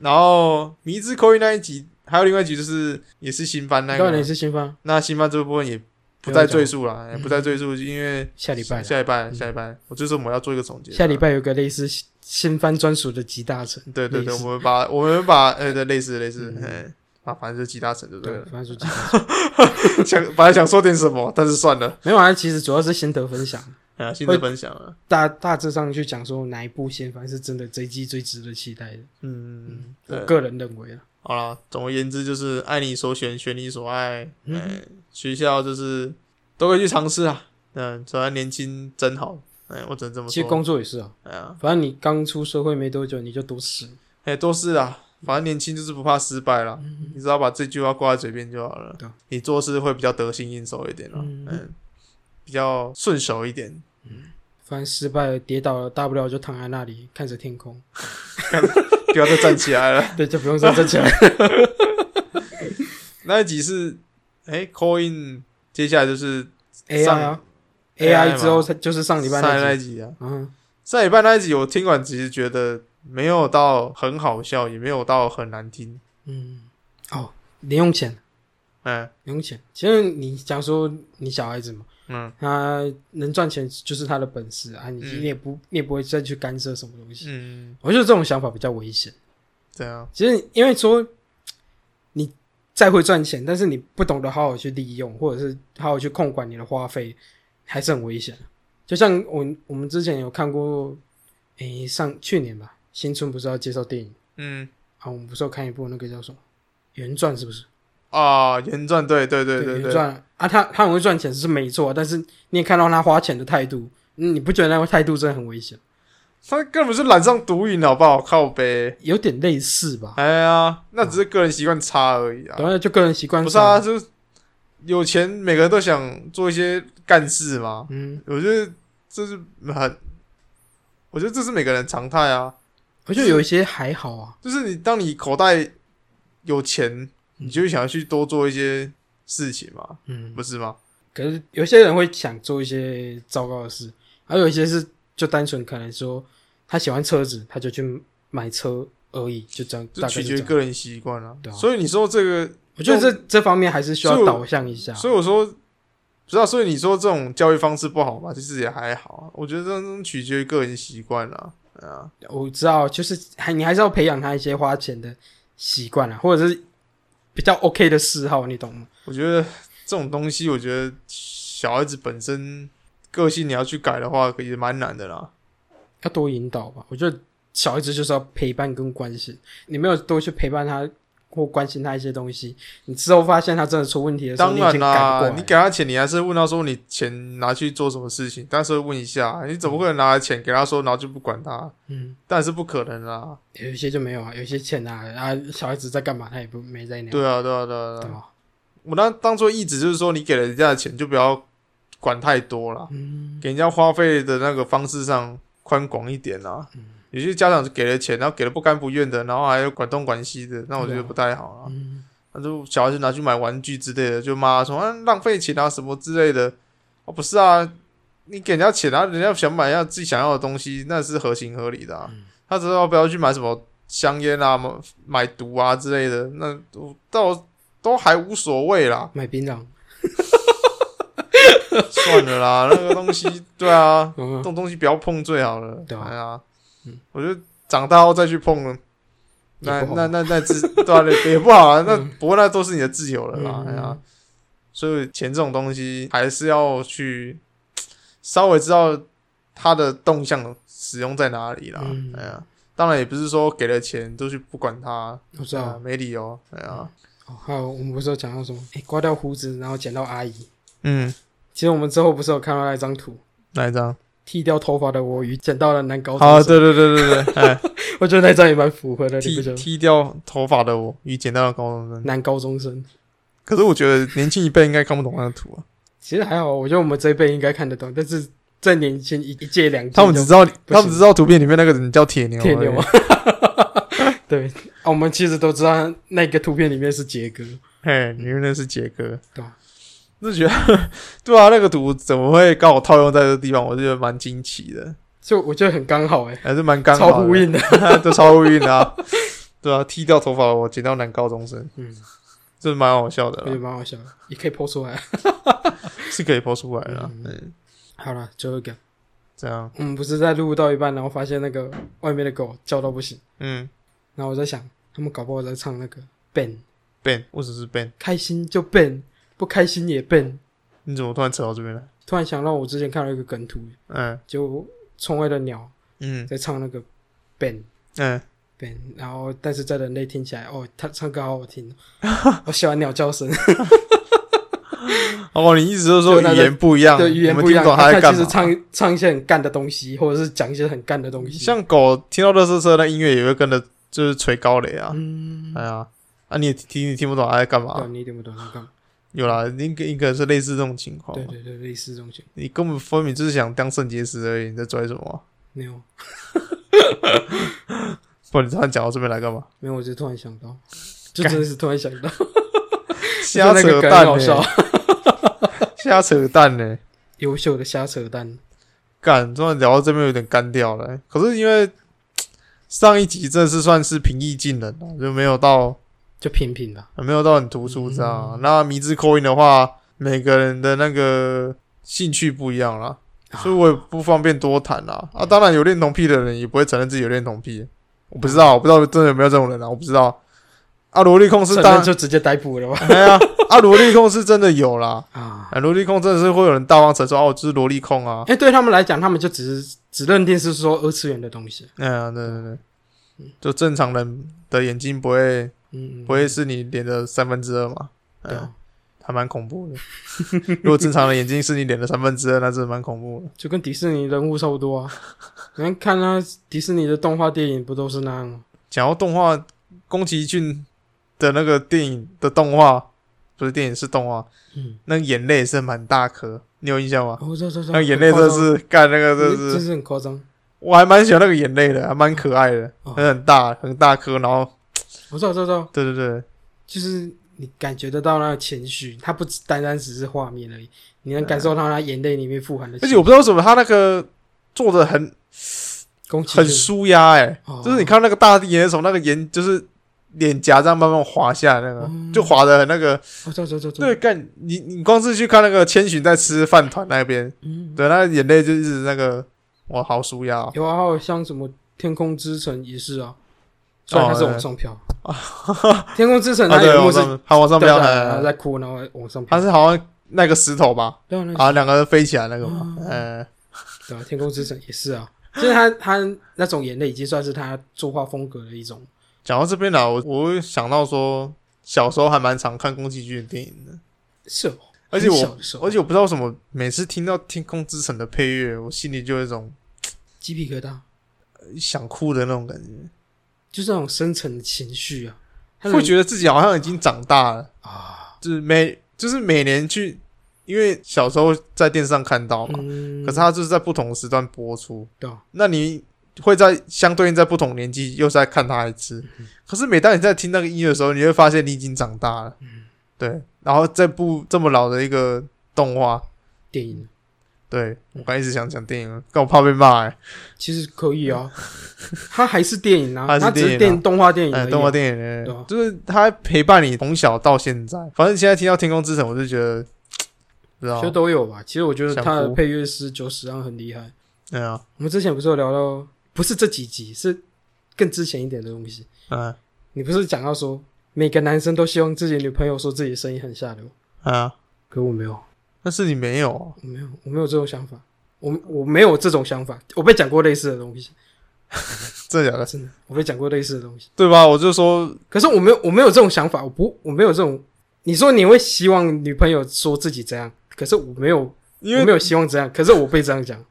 S2: 然后迷之扣音那一集，还有另外一集就是也是新番那
S3: 当
S2: 个
S3: 然也
S2: 嘛，
S3: 是新番，
S2: 那新番这部分也不再赘述了，也不再赘述，因为
S3: 嗯下礼拜啦嗯
S2: 下礼拜下礼拜，我就是我们要做一个总结。
S3: 下礼，拜有个类似新新番专属的集大成。
S2: 对对对，
S3: 类似
S2: 我们把我们把呃对类似类似，
S3: 嗯
S2: 哎，啊反正就吉他城就对
S3: 对，
S2: 了。
S3: 番薯集大成。
S2: 想本来想说点什么，但是算了，
S3: 没有啊，其实主要是心得分享，
S2: 啊，新的分享了。
S3: 大大致上去讲说哪一部新番是真的这一季最值得期待的。
S2: 嗯，
S3: 我
S2: 对，
S3: 个人认为啊，
S2: 好啦，总而言之就是爱你所选，选你所爱。
S3: 嗯
S2: 嗯，学校就是都可以去尝试啊。嗯，只要年轻真好。哎，我只能这么
S3: 其
S2: 说。
S3: 实工作也是啊，
S2: 哎呀，
S3: 反正你刚出社会没多久你就读死，
S2: 哎，都是啦，反正年轻就是不怕失败啦。你只要把这句话挂在嘴边就好了
S3: 嗯对。啊
S2: 你做事会比较得心应手一点啦，
S3: 嗯
S2: 嗯，比较顺手一点。
S3: 反正失败了跌倒了，大不了就躺在那里看着天空，
S2: 不要再站起来了。
S3: 对，就不用再站起来。
S2: 那一集是哎，coin，接下来就是上
S3: AI 啊
S2: AI
S3: AI
S2: 嘛
S3: 之后才就是上礼拜
S2: 上
S3: 那
S2: 那
S3: 集，
S2: 集啊。
S3: 嗯，
S2: 上礼拜那一集我听完，其实觉得没有到很好笑，也没有到很难听。
S3: 嗯，哦，零用钱，
S2: 哎，
S3: 零用钱，其实你讲说你小孩子嘛，
S2: 嗯
S3: 他能赚钱就是他的本事啊，你
S2: 嗯
S3: 你也不你也不会再去干涉什么东西。
S2: 嗯，啊
S3: 我觉得这种想法比较危险。
S2: 这样
S3: 其实因为说你再会赚钱，但是你不懂得好好去利用，或者是好好去控管你的花费，还是很危险。就像我我们之前有看过，诶、上去年吧，新春不是要介绍电影
S2: 嗯
S3: 啊？我们不是有看一部那个叫什么《原传》，是不是？
S2: 啊，原传对对对对
S3: 原
S2: 对，
S3: 传啊，他他很会赚钱是没错，啊但是你也看到他花钱的态度，嗯你不觉得那个态度真的很危险？
S2: 他根本是染上毒瘾，好不好？靠呗。
S3: 有点类似吧？
S2: 哎呀，那只是个人习惯差而已啊
S3: 然，后就个人习惯
S2: 不是啊，，就是有钱，每个人都想做一些干事嘛。
S3: 嗯，
S2: 我觉得这是很，我觉得这是每个人常态啊。
S3: 我觉得有一些还好啊，
S2: 就是你当你口袋有钱，你就会想要去多做一些事情嘛，
S3: 嗯，
S2: 不是吗？
S3: 可是有些人会想做一些糟糕的事，还有一些是就单纯可能说他喜欢车子，他就去买车而已，就这样。
S2: 就
S3: 大概
S2: 取
S3: 就
S2: 决
S3: 这
S2: 于
S3: 样。
S2: 个人习惯啊
S3: 对。啊
S2: 所以你说这个，
S3: 我觉得这这方面还是需
S2: 所以
S3: 要
S2: 我
S3: 导向一下。啊
S2: 所以我说，不知道，所以你说这种教育方式不好嘛？其实也还好啊，我觉得这种取决于个人习惯啦。啊，
S3: 我知道，就是还你还是要培养他一些花钱的习惯啊，或者是比较 OK 的嗜好，你懂吗？
S2: 我觉得这种东西，我觉得小孩子本身个性你要去改的话，也蛮难的啦。
S3: 要多引导吧。我觉得小孩子就是要陪伴跟关心，你没有多去陪伴他或关心他一些东西，你之后发现他真的出问题的时候，
S2: 当
S3: 你已
S2: 然
S3: 经改不过
S2: 啦
S3: 来，
S2: 你
S3: 了。
S2: 给他钱，你还是问他说你钱拿去做什么事情，但是问一下，你怎么可能拿钱给他说，然后就不管他？
S3: 嗯。
S2: 但是不可能啦。
S3: 有一些就没有啊，有一些钱啊啊，小孩子在干嘛，他也不没在那，
S2: 对啊，对啊，对啊。
S3: 对
S2: 对啊
S3: 吧？
S2: 我那当做意旨就是说，你给了人家的钱，就不要管太多了，
S3: 嗯，
S2: 给人家花费的那个方式上宽广一点啊。有些家长就给了钱，然后给了不甘不愿的，然后还有管东管西的，那我觉得不太好啊。
S3: 嗯
S2: 那就小孩就拿去买玩具之类的，就骂说啊浪费钱啊什么之类的。哦，不是啊，你给人家钱啊，人家想买要自己想要的东西，那是合情合理的啊。他只要不要去买什么香烟啊、买买毒啊之类的，那都倒都还无所谓啦，
S3: 买槟榔，
S2: 算了啦，那个东西，对啊，这
S3: 嗯，
S2: 种东西不要碰最好了。
S3: 对啊
S2: 哎呀
S3: 嗯，
S2: 我觉得长大后再去碰了。那
S3: 也不好
S2: 那那那自 对啊，也也不好啊。那
S3: 嗯
S2: 不过那都是你的自由了啦
S3: 嗯。
S2: 哎呀，所以钱这种东西还是要去稍微知道它的动向使用在哪里啦
S3: 嗯。
S2: 哎呀，当然也不是说给了钱就去不管它，
S3: 我知
S2: 对啊
S3: 道。，
S2: 没理由。哎呀，
S3: 哦还有我们不是有讲到什么？哎，刮掉胡子，然后捡到阿姨。
S2: 嗯，
S3: 其实我们之后不是有看到那张图，
S2: 哪一张？
S3: 剃掉头发的我与捡到了男高
S2: 好，
S3: 中
S2: 对
S3: 生。
S2: 对对对 对，哎，
S3: 我觉得那张也蛮符合的，你
S2: 剃
S3: 不觉得吗？
S2: 剃掉头发的我与捡到的高中生。
S3: 男高中生
S2: 可是我觉得年轻一辈应该看不懂那个图啊，
S3: 其实还好，我觉得我们这一辈应该看得懂，但是再年轻一一届两届
S2: 他们只
S3: 就
S2: 知道他们只知道图片里面那个人叫铁牛而已，
S3: 铁牛。啊 对、啊，我们其实都知道那个图片里面是杰哥，
S2: 嘿，因为那是杰哥，
S3: 对啊
S2: 就觉得 对啊，那个图怎么会刚好套用在这个地方？我就觉得蛮惊奇的，
S3: 就我觉得很刚好哎、
S2: 还是蛮刚好的，
S3: 超呼 应的。
S2: 都超呼应的啊，对啊，剃掉头发我捡到男高中生，
S3: 嗯，
S2: 这蛮好笑的
S3: 我觉得
S2: 啦，
S3: 蛮好笑的，也可以剖出来。啊
S2: 是可以剖出来的啦，
S3: 嗯
S2: 嗯，
S3: 好了，最后一个，
S2: 这样，
S3: 我们不是在录到一半，然后发现那个外面的狗叫到不行，
S2: 嗯
S3: 然后我在想，他们搞不好在唱那个 Ben，
S2: ，Ben，我只是 Ben，
S3: 开心就 Ben，不开心也 Ben。
S2: 你怎么突然扯到这边来？
S3: 突然想到我之前看到一个梗图，
S2: 嗯
S3: 就窗外的鸟
S2: 嗯
S3: 在唱那个 Ben。
S2: 嗯，
S3: 对，然后但是在人类听起来，哦，他唱歌好 好听，我喜欢鸟叫声，
S2: 哦，你意思就是说
S3: 就那
S2: 语
S3: 个
S2: 言不一样，
S3: 对，语言
S2: 你们
S3: 不一样，
S2: 听懂他在
S3: 他
S2: 干
S3: 其
S2: 嘛
S3: 实？唱唱一些很干的东西，或者是讲一些很干的东西，
S2: 像狗听到乐色车，那音乐也会跟着就是捶高雷啊，
S3: 嗯，
S2: 哎呀，啊你也听你听不懂他在干
S3: 对，啊
S2: 嘛？
S3: 你一点不懂他干嘛，
S2: 有啦，应该应该是类似这种情况
S3: 对
S2: 吧。
S3: 对对，类似这种情况，
S2: 你根本分明就是想当圣洁石而已，你在拽什么啊？
S3: 没有
S2: 不然你突然讲到这边来干嘛？
S3: 没有，我就突然想 到，就真的是突然想到，就
S2: 瞎
S3: 那个
S2: 扯
S3: 梗很
S2: 淡欸
S3: 好
S2: 呢、
S3: 笑，
S2: 瞎扯淡呢、
S3: 优秀的瞎扯淡，
S2: 干，突然聊到这边有点干掉了欸、可是因为上一集这是算是平易近人了，就没有到
S3: 就平平吧，
S2: 没有到很突出这样啊。
S3: 嗯
S2: 那迷之扣音的话，每个人的那个兴趣不一样啦，
S3: 啊
S2: 所以我也不方便多谈啦。
S3: 嗯
S2: 啊，当然有恋童癖的人也不会承认自己有恋童癖，我不知道，我不知道真的有没有这种人啊，我不知道。啊，萝莉控是
S3: 承
S2: 当
S3: 认就直 接逮捕了吧，
S2: 哎呀，啊，萝莉控是真的有啦。
S3: 啊，
S2: 啊，萝莉控真的是会有人大方承认哦，我就是萝莉控 啊。
S3: 哎，对他们来讲，他们就只是只认定是说二次元的东西，
S2: 哎呀，对对对，就正常人的眼睛不会
S3: 嗯，嗯
S2: 不，会是你脸的三分之二嘛？哎
S3: 对
S2: 呀
S3: 啊。
S2: 还蛮恐怖的。 如果正常的眼睛是你脸的三分之二，那真的蛮恐怖的。
S3: 就跟迪士尼人物差不多啊。 你看看那迪士尼的动画电影不都是那样吗？
S2: 讲到动画，宫崎骏的那个电影的动画，不是电影是动画，
S3: 嗯，
S2: 那个眼泪也是蛮大颗，你有印象吗？
S3: 哦，这这这，
S2: 那个眼泪
S3: 很夸
S2: 真
S3: 张
S2: 是干那个真
S3: 这
S2: 是，
S3: 是很夸张。
S2: 我还蛮喜欢那个眼泪的，还蛮可爱的，
S3: 哦
S2: 很很大很大颗，然后
S3: 我知道，知道，知道，
S2: 对对对，
S3: 就是你感觉得到那个情绪，它不只单单只是画面而已，你能感受到他眼泪里面富含的情
S2: 啊而
S3: 绪。
S2: 且我不知道为什么他那个做的很
S3: 宫崎
S2: 很
S3: 骏
S2: 舒压哎、
S3: 哦
S2: 就是你看那个大地眼从那个眼就是脸颊这样慢慢滑下来那个，
S3: 嗯
S2: 就滑的那个。
S3: 我知道，知道，知道，知道
S2: 对，，干你你光是去看那个千寻在吃饭团那边，
S3: 嗯，
S2: 对，那眼泪就是那个哇，好舒压哦、
S3: 有啊，还有像什么《天空之城》也是啊，虽然它是往上飘，《天空之 城》
S2: 啊，
S3: 它
S2: 对，
S3: 有一幕
S2: 往
S3: 是
S2: 上还往上
S3: 掉
S2: 飘，
S3: 下来，然后
S2: 哎
S3: 在哭，然后往上
S2: 它
S3: 飘。
S2: 是好像那个石头吧，
S3: 对啊，那个
S2: 啊，两个人飞起来那个嘛，
S3: 嗯
S2: 呃，
S3: 对啊，《天空之城》也是啊，就是他他那种眼泪已经算是他作画风格的一种。
S2: 讲到这边啊了，我我会想到说，小时候还蛮常看宫崎骏的电影的，
S3: 是哦，
S2: 而且我
S3: 很小的时候
S2: 而且我不知道为什么，每次听到《天空之城》的配乐，我心里就有一种
S3: 鸡皮疙瘩，
S2: 想哭的那种感觉，
S3: 就是那种深层的情绪啊，
S2: 会觉得自己好像已经长大了。
S3: 得啊，
S2: 就是每就是每年去因为小时候在电视上看到嘛，
S3: 嗯，
S2: 可是它就是在不同的时段播出，
S3: 对啊
S2: 那你会在相对应在不同年纪又再看它一次。
S3: 嗯
S2: 可是每当你在听那个音乐的时候，你会发现你已经长大了。
S3: 嗯
S2: 对，然后这部这么老的一个动画，
S3: 电影
S2: 对我刚一直想讲电影，但我怕被骂、欸。
S3: 其实可以啊， 它还是 电影啊，
S2: 它是
S3: 它只
S2: 电影
S3: 是
S2: 啊
S3: 电动画电影而已
S2: 哎，
S3: 啊，
S2: 动画电影、欸
S3: 对啊
S2: 就是它陪伴你从小到现在。反正现在听到《天空之城》，我就觉得，不知道
S3: 其实，都有吧。其实我觉得他
S2: 啊想
S3: 的
S2: 哭
S3: 配乐师久石让很厉害。
S2: 对啊，
S3: 我们之前不是有聊到，不是这几集，是更之前一点的东西。
S2: 嗯
S3: 你不是讲到说，每个男生都希望自己女朋友说自己的声音很下流，
S2: 啊，
S3: 可我没有，
S2: 但是你没有啊，
S3: 我没有，我没有这种想法，我我没有这种想法，我被讲过类似的东西，啊
S2: 真的假的？
S3: 真的，我被讲过类似的东西。
S2: 对吧？我就说，
S3: 可是我没有，我没有这种想法，我不，我没有这种。你说你会希望女朋友说自己怎样，可是我没有，
S2: 因
S3: 我
S2: 为
S3: 没有希望怎样，可是我被这样讲，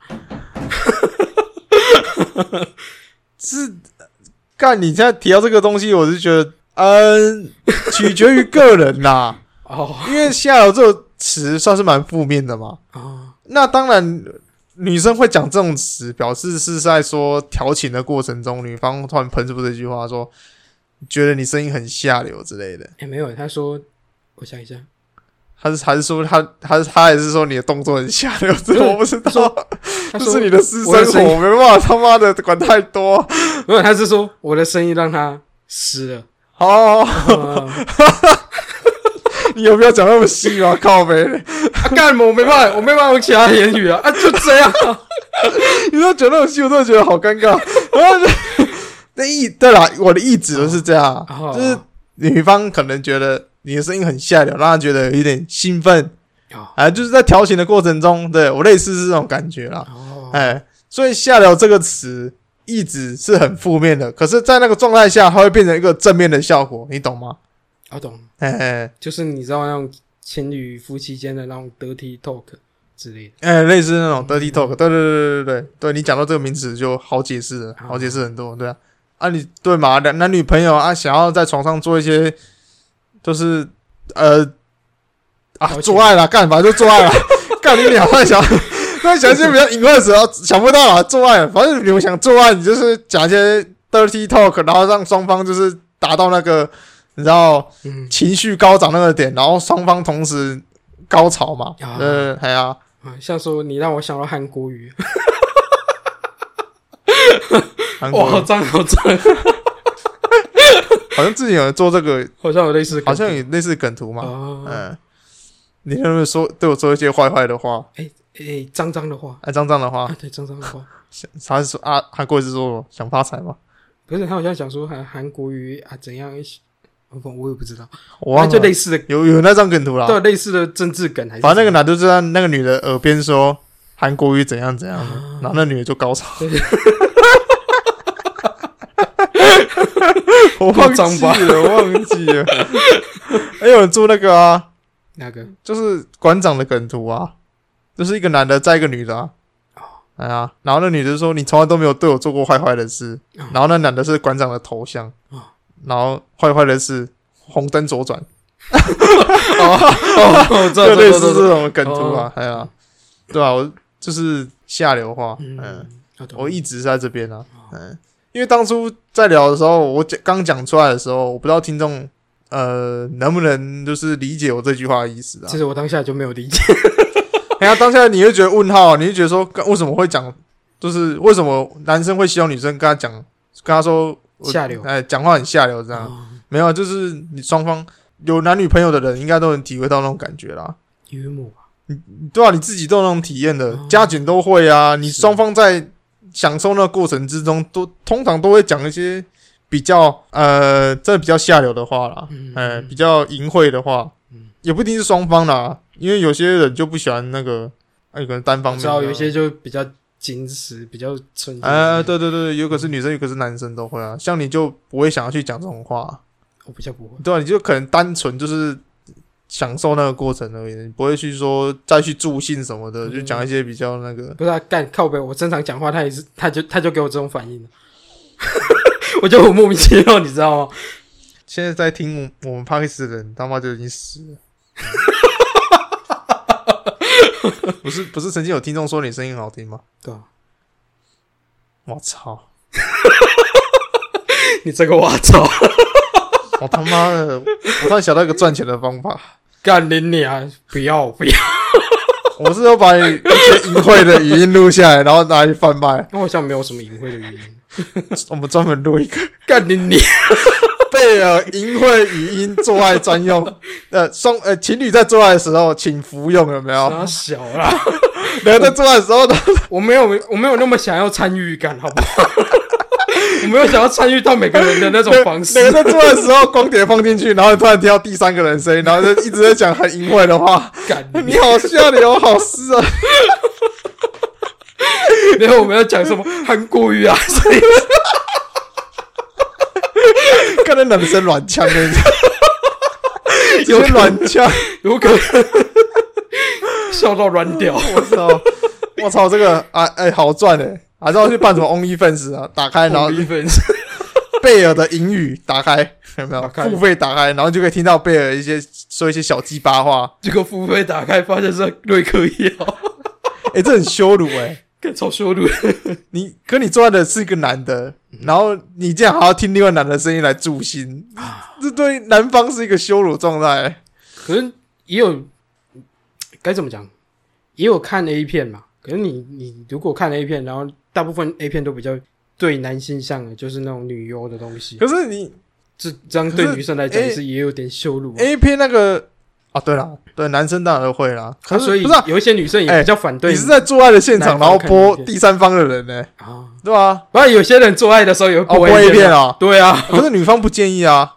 S2: 是干你现在提到这个东西，我是觉得，嗯，取决于个人 啦，
S3: 哦
S2: 因为下流这个词算是蛮负面的嘛。
S3: 啊，
S2: 那当然，女生会讲这种词，表示是在说调情的过程中，女方突然喷出这句话说，觉得你声音很下流之类的。
S3: 哎、没有，他说，我想一下，
S2: 还是还是说他还是他还是说你的动作很下流，这
S3: 是
S2: 我不知
S3: 他说
S2: 道，
S3: 他
S2: 这
S3: 说
S2: 是你的私
S3: 我的
S2: 生
S3: 声
S2: 活，
S3: 音
S2: 我没办法他妈的管太多。
S3: 没有，他是说我的声音让他湿 了。
S2: 好，
S3: 呃
S2: 你有必要讲那么细啊？靠呗！
S3: 啊，干嘛？我没办法，我没办法用其他言语啊，啊，就这 样、啊。
S2: 你说讲那种戏，我真的觉得好尴尬。然后就那意对啦，我的意旨就是这样，
S3: 哦
S2: 就是女方可能觉得你的声音很下流，让她觉得有一点兴奋
S3: 哦
S2: 啊，就是在调情的过程中，对我类似是这种感觉啦。
S3: 哦，
S2: 哎，所以“下流”这个词意旨是很负面的，可是，在那个状态下，它会变成一个正面的效果，你懂吗？
S3: 我懂了，
S2: 哎哎
S3: 就是你知道那种情侣夫妻间的那种 dirty talk 之类的。
S2: 哎，类似那种 dirty talk，对对对对对对，对你讲到这个名词就好解释了，好解释很多，对啊，啊你对嘛，男男女朋友啊，想要在床上做一些，就是呃啊
S3: 调情
S2: 做爱啦，干反正就做爱啦， 干你俩太想。 那想一些比较隐晦的词啊，想不到啊，做爱，反正你们想做爱，你就是讲一些 dirty talk，然后让双方就是达到那个，你知道，
S3: 嗯，
S2: 情绪高涨那个点，然后双方同时高潮嘛，
S3: 啊
S2: 嗯、哎呀、
S3: 啊，像说你让我想到韩国语，
S2: 韩
S3: 哇，好
S2: 国
S3: 脏，好脏，
S2: 好像之前有人做这个，
S3: 好像有类似的
S2: 好
S3: 感觉，
S2: 像有类似梗图嘛，
S3: 啊，
S2: 嗯、
S3: 哎、
S2: 你有没有说对我说一些坏坏的话，
S3: 哎脏脏的话
S2: 哎，脏脏的话
S3: 啊，？对，脏脏的话，
S2: 想他是说啊，韩国是说想发财吗？
S3: 不是他好像讲说韩哎韩国语啊怎样，我我也不知道，
S2: 我
S3: 那
S2: 忘
S3: 就
S2: 了
S3: 类，似的，
S2: 有有那张梗图啦
S3: 都，有类似的政治梗还是
S2: 反正那个
S3: 什么
S2: 男的就在那个女的耳边说韩国语怎样怎样的，
S3: 啊
S2: 然后那女的就高潮。
S3: 对
S2: 我忘
S3: 够
S2: 记
S3: 脏吧
S2: 了，我忘记 了。还有人做那个啊，
S3: 哪个
S2: 就是馆长的梗图啊，就是一个男的载一个女的啊。
S3: 哦
S2: 哎呀，然后那女的就说：“你从来都没有对我做过坏坏的事。”
S3: 哦
S2: 然后那男的是馆长的头像
S3: 哦，
S2: 然后坏坏的是红灯左转，
S3: 哦，我知道，
S2: 就
S3: 知
S2: 类
S3: 道，
S2: 似
S3: 知
S2: 这
S3: 道
S2: 种梗图
S3: 哦
S2: 啊。哎呀，对啊，我就是下流话。嗯，
S3: 嗯，哦
S2: 我一直是在这边啊。嗯，因为当初在聊的时候，我讲刚讲出来的时候，我不知道听众呃能不能就是理解我这句话的意思啊
S3: 其。实我当下就没有理解，
S2: 然哎后当下你就觉得问号，啊你就觉得说，干为什么会讲，就是为什么男生会希望女生跟他讲，跟他说我
S3: 下流
S2: 哎，讲话很下流这样？
S3: 哦
S2: 没有，啊就是你双方有男女朋友的人，应该都能体会到那种感觉啦。
S3: 幽默吧，
S2: 对啊，你自己都有那种体验的
S3: 哦，
S2: 家卷都会啊。你
S3: 是
S2: 双方在享受那个过程之中，都通常都会讲一些比较呃，这比较下流的话啦，
S3: 嗯
S2: 哎，比较淫秽的话，
S3: 嗯
S2: 也不一定是双方啦，因为有些人就不喜欢那个，哎，可能单方
S3: 我
S2: 面
S3: 知
S2: 的。
S3: 道有些就比较矜持，比较纯洁。
S2: 哎，，对对对，有可是女生，有可是男生都会啊。像你就不会想要去讲这种话，
S3: 我比较不会。
S2: 对啊，你就可能单纯就是享受那个过程而已，你不会去说再去助兴什么的，就讲一些比较那个。
S3: 不是、啊、干靠北，我正常讲话，他也是，他就他就给我这种反应了， 我就很莫名其妙，你知道吗？
S2: 现在在听我我们 p a r k e s 的人，他妈就已经死了。不是不是，曾经有听众说你声音很好听吗？
S3: 对啊，
S2: 我操！
S3: 你这个我操，
S2: 我他妈的，我突然想到一个赚钱的方法，
S3: 干你你啊！不要不要！
S2: 我是要把你一些淫秽的语音录下来，然后拿去贩卖。
S3: 那我好像没有什么淫秽的语音。
S2: 我们专门录一个
S3: 干你你！
S2: 贝尔淫秽语音做爱专 用，呃，双呃情侣在做爱的时候请服用，有没有？
S3: 啊，小啦，
S2: 两个在做爱的时候 呢，
S3: 我没有我没有那么想要参与感，好不好？ 我没有想要参与到每个人的那种方式。
S2: 两个在做爱的时候光碟放进去，然后突然听到第三个人声音，然后就一直在讲很淫秽的 话。
S3: 干你！
S2: 你好下流，好湿啊！
S3: 然后我们要讲什么韩国 语啊？所以
S2: 看那男生软枪跟你讲，有些软枪，
S3: 有可能笑到软 屌。
S2: 我操！我操，这个啊哎、好赚哎、还是要去办什么 OnlyFans 啊？打开，然后
S3: 一分，
S2: 贝尔的英语打开，有没有
S3: 打？开
S2: 付费打开，然后就可以听到贝尔一些说一些小鸡巴话，
S3: 这个付费打开发现是瑞克 药，
S2: 哎、这很羞辱哎、
S3: 更超羞辱。
S2: 你可你做爱的是一个男的，
S3: 嗯
S2: 然后你竟然还要听另外男的声音来助兴，
S3: 啊
S2: 这对男方是一个羞辱状态。
S3: 可是也有该怎么讲，也有看 A 片嘛。可是你你如果看 A 片，然后大部分 A 片都比较对男性向的，就是那种女优的东西。
S2: 可是你
S3: 这这样对
S2: 可是
S3: 女生来讲
S2: A-
S3: 是也有点羞辱啊、
S2: A 片那个啊，对啦，对男生当然都会啦，可
S3: 啊
S2: 是
S3: 所以
S2: 不是、啊、
S3: 有一些女生也
S2: 哎
S3: 比较反对
S2: 你是在做爱的现场，
S3: 男
S2: 然
S3: 方
S2: 后
S3: 看
S2: 播
S3: 影片
S2: 第三方的人呢、
S3: 啊。
S2: 对吧、啊？
S3: 不然有些人做爱的时候有
S2: 哦，
S3: 播
S2: 播 A 片
S3: 啊，
S2: 啊，
S3: 对啊，
S2: 可是女方不建议啊，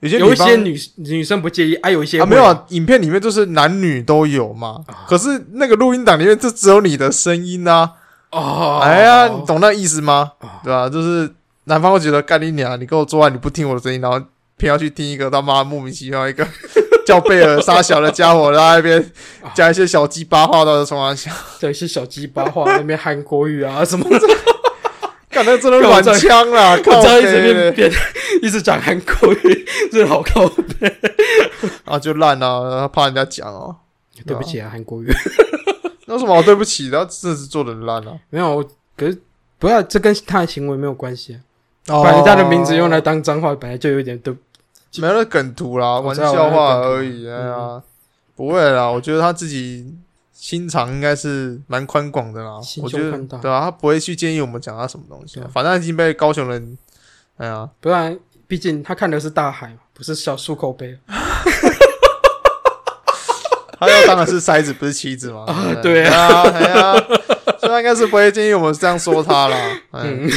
S2: 有些
S3: 有一
S2: 方
S3: 些女女生不介啊意，啊，有一些
S2: 啊，
S3: 会
S2: 没有啊，影片里面就是男女都有嘛。
S3: 啊
S2: 可是那个录音档里面，这只有你的声音啊！
S3: 哦，
S2: 哎呀，你懂那意思吗？
S3: 啊
S2: 对吧、就是男方会觉得干你娘，你跟我做爱你不听我的声音，然后偏要去听一个他妈莫名其妙一个 叫贝尔杀小的家伙在那 边讲一些小鸡巴话，到底从哪想？
S3: 这些小鸡巴话，那边韩国语啊什么，
S2: 干那真的软枪啦！
S3: 我
S2: 靠
S3: 知道
S2: 背
S3: 一直边边 一直讲韩国语， 真的好靠背。
S2: 啊，就烂啊，怕人家讲哦。
S3: 对不起啊，韩国语
S2: 那有什么啊好对不起的？他真的是做的烂啊！
S3: 没有，我可是不要，这跟他的行为没有关系啊。把
S2: 把
S3: 人家的名字用来当脏话，本来就有点对
S2: 没有那梗图啦，玩
S3: 知道
S2: 笑话
S3: 我知道
S2: 而已。哎
S3: 嗯
S2: 呀，不会啦，我觉得他自己心肠应该是蛮宽广的啦
S3: 心。
S2: 我觉
S3: 胸
S2: 得
S3: 宽大
S2: 对啊，他不会去建议我们讲他什么东西啊
S3: 对啊，
S2: 反正已经被高雄人，哎呀，
S3: 不然毕竟他看的是大海嘛，不是小漱口杯
S2: 他要当的是筛子，不是棋子嘛。
S3: 啊
S2: 不
S3: 对
S2: 啊，哎呀，所以他应该是不会建议我们这样说他啦。嗯
S3: 嗯，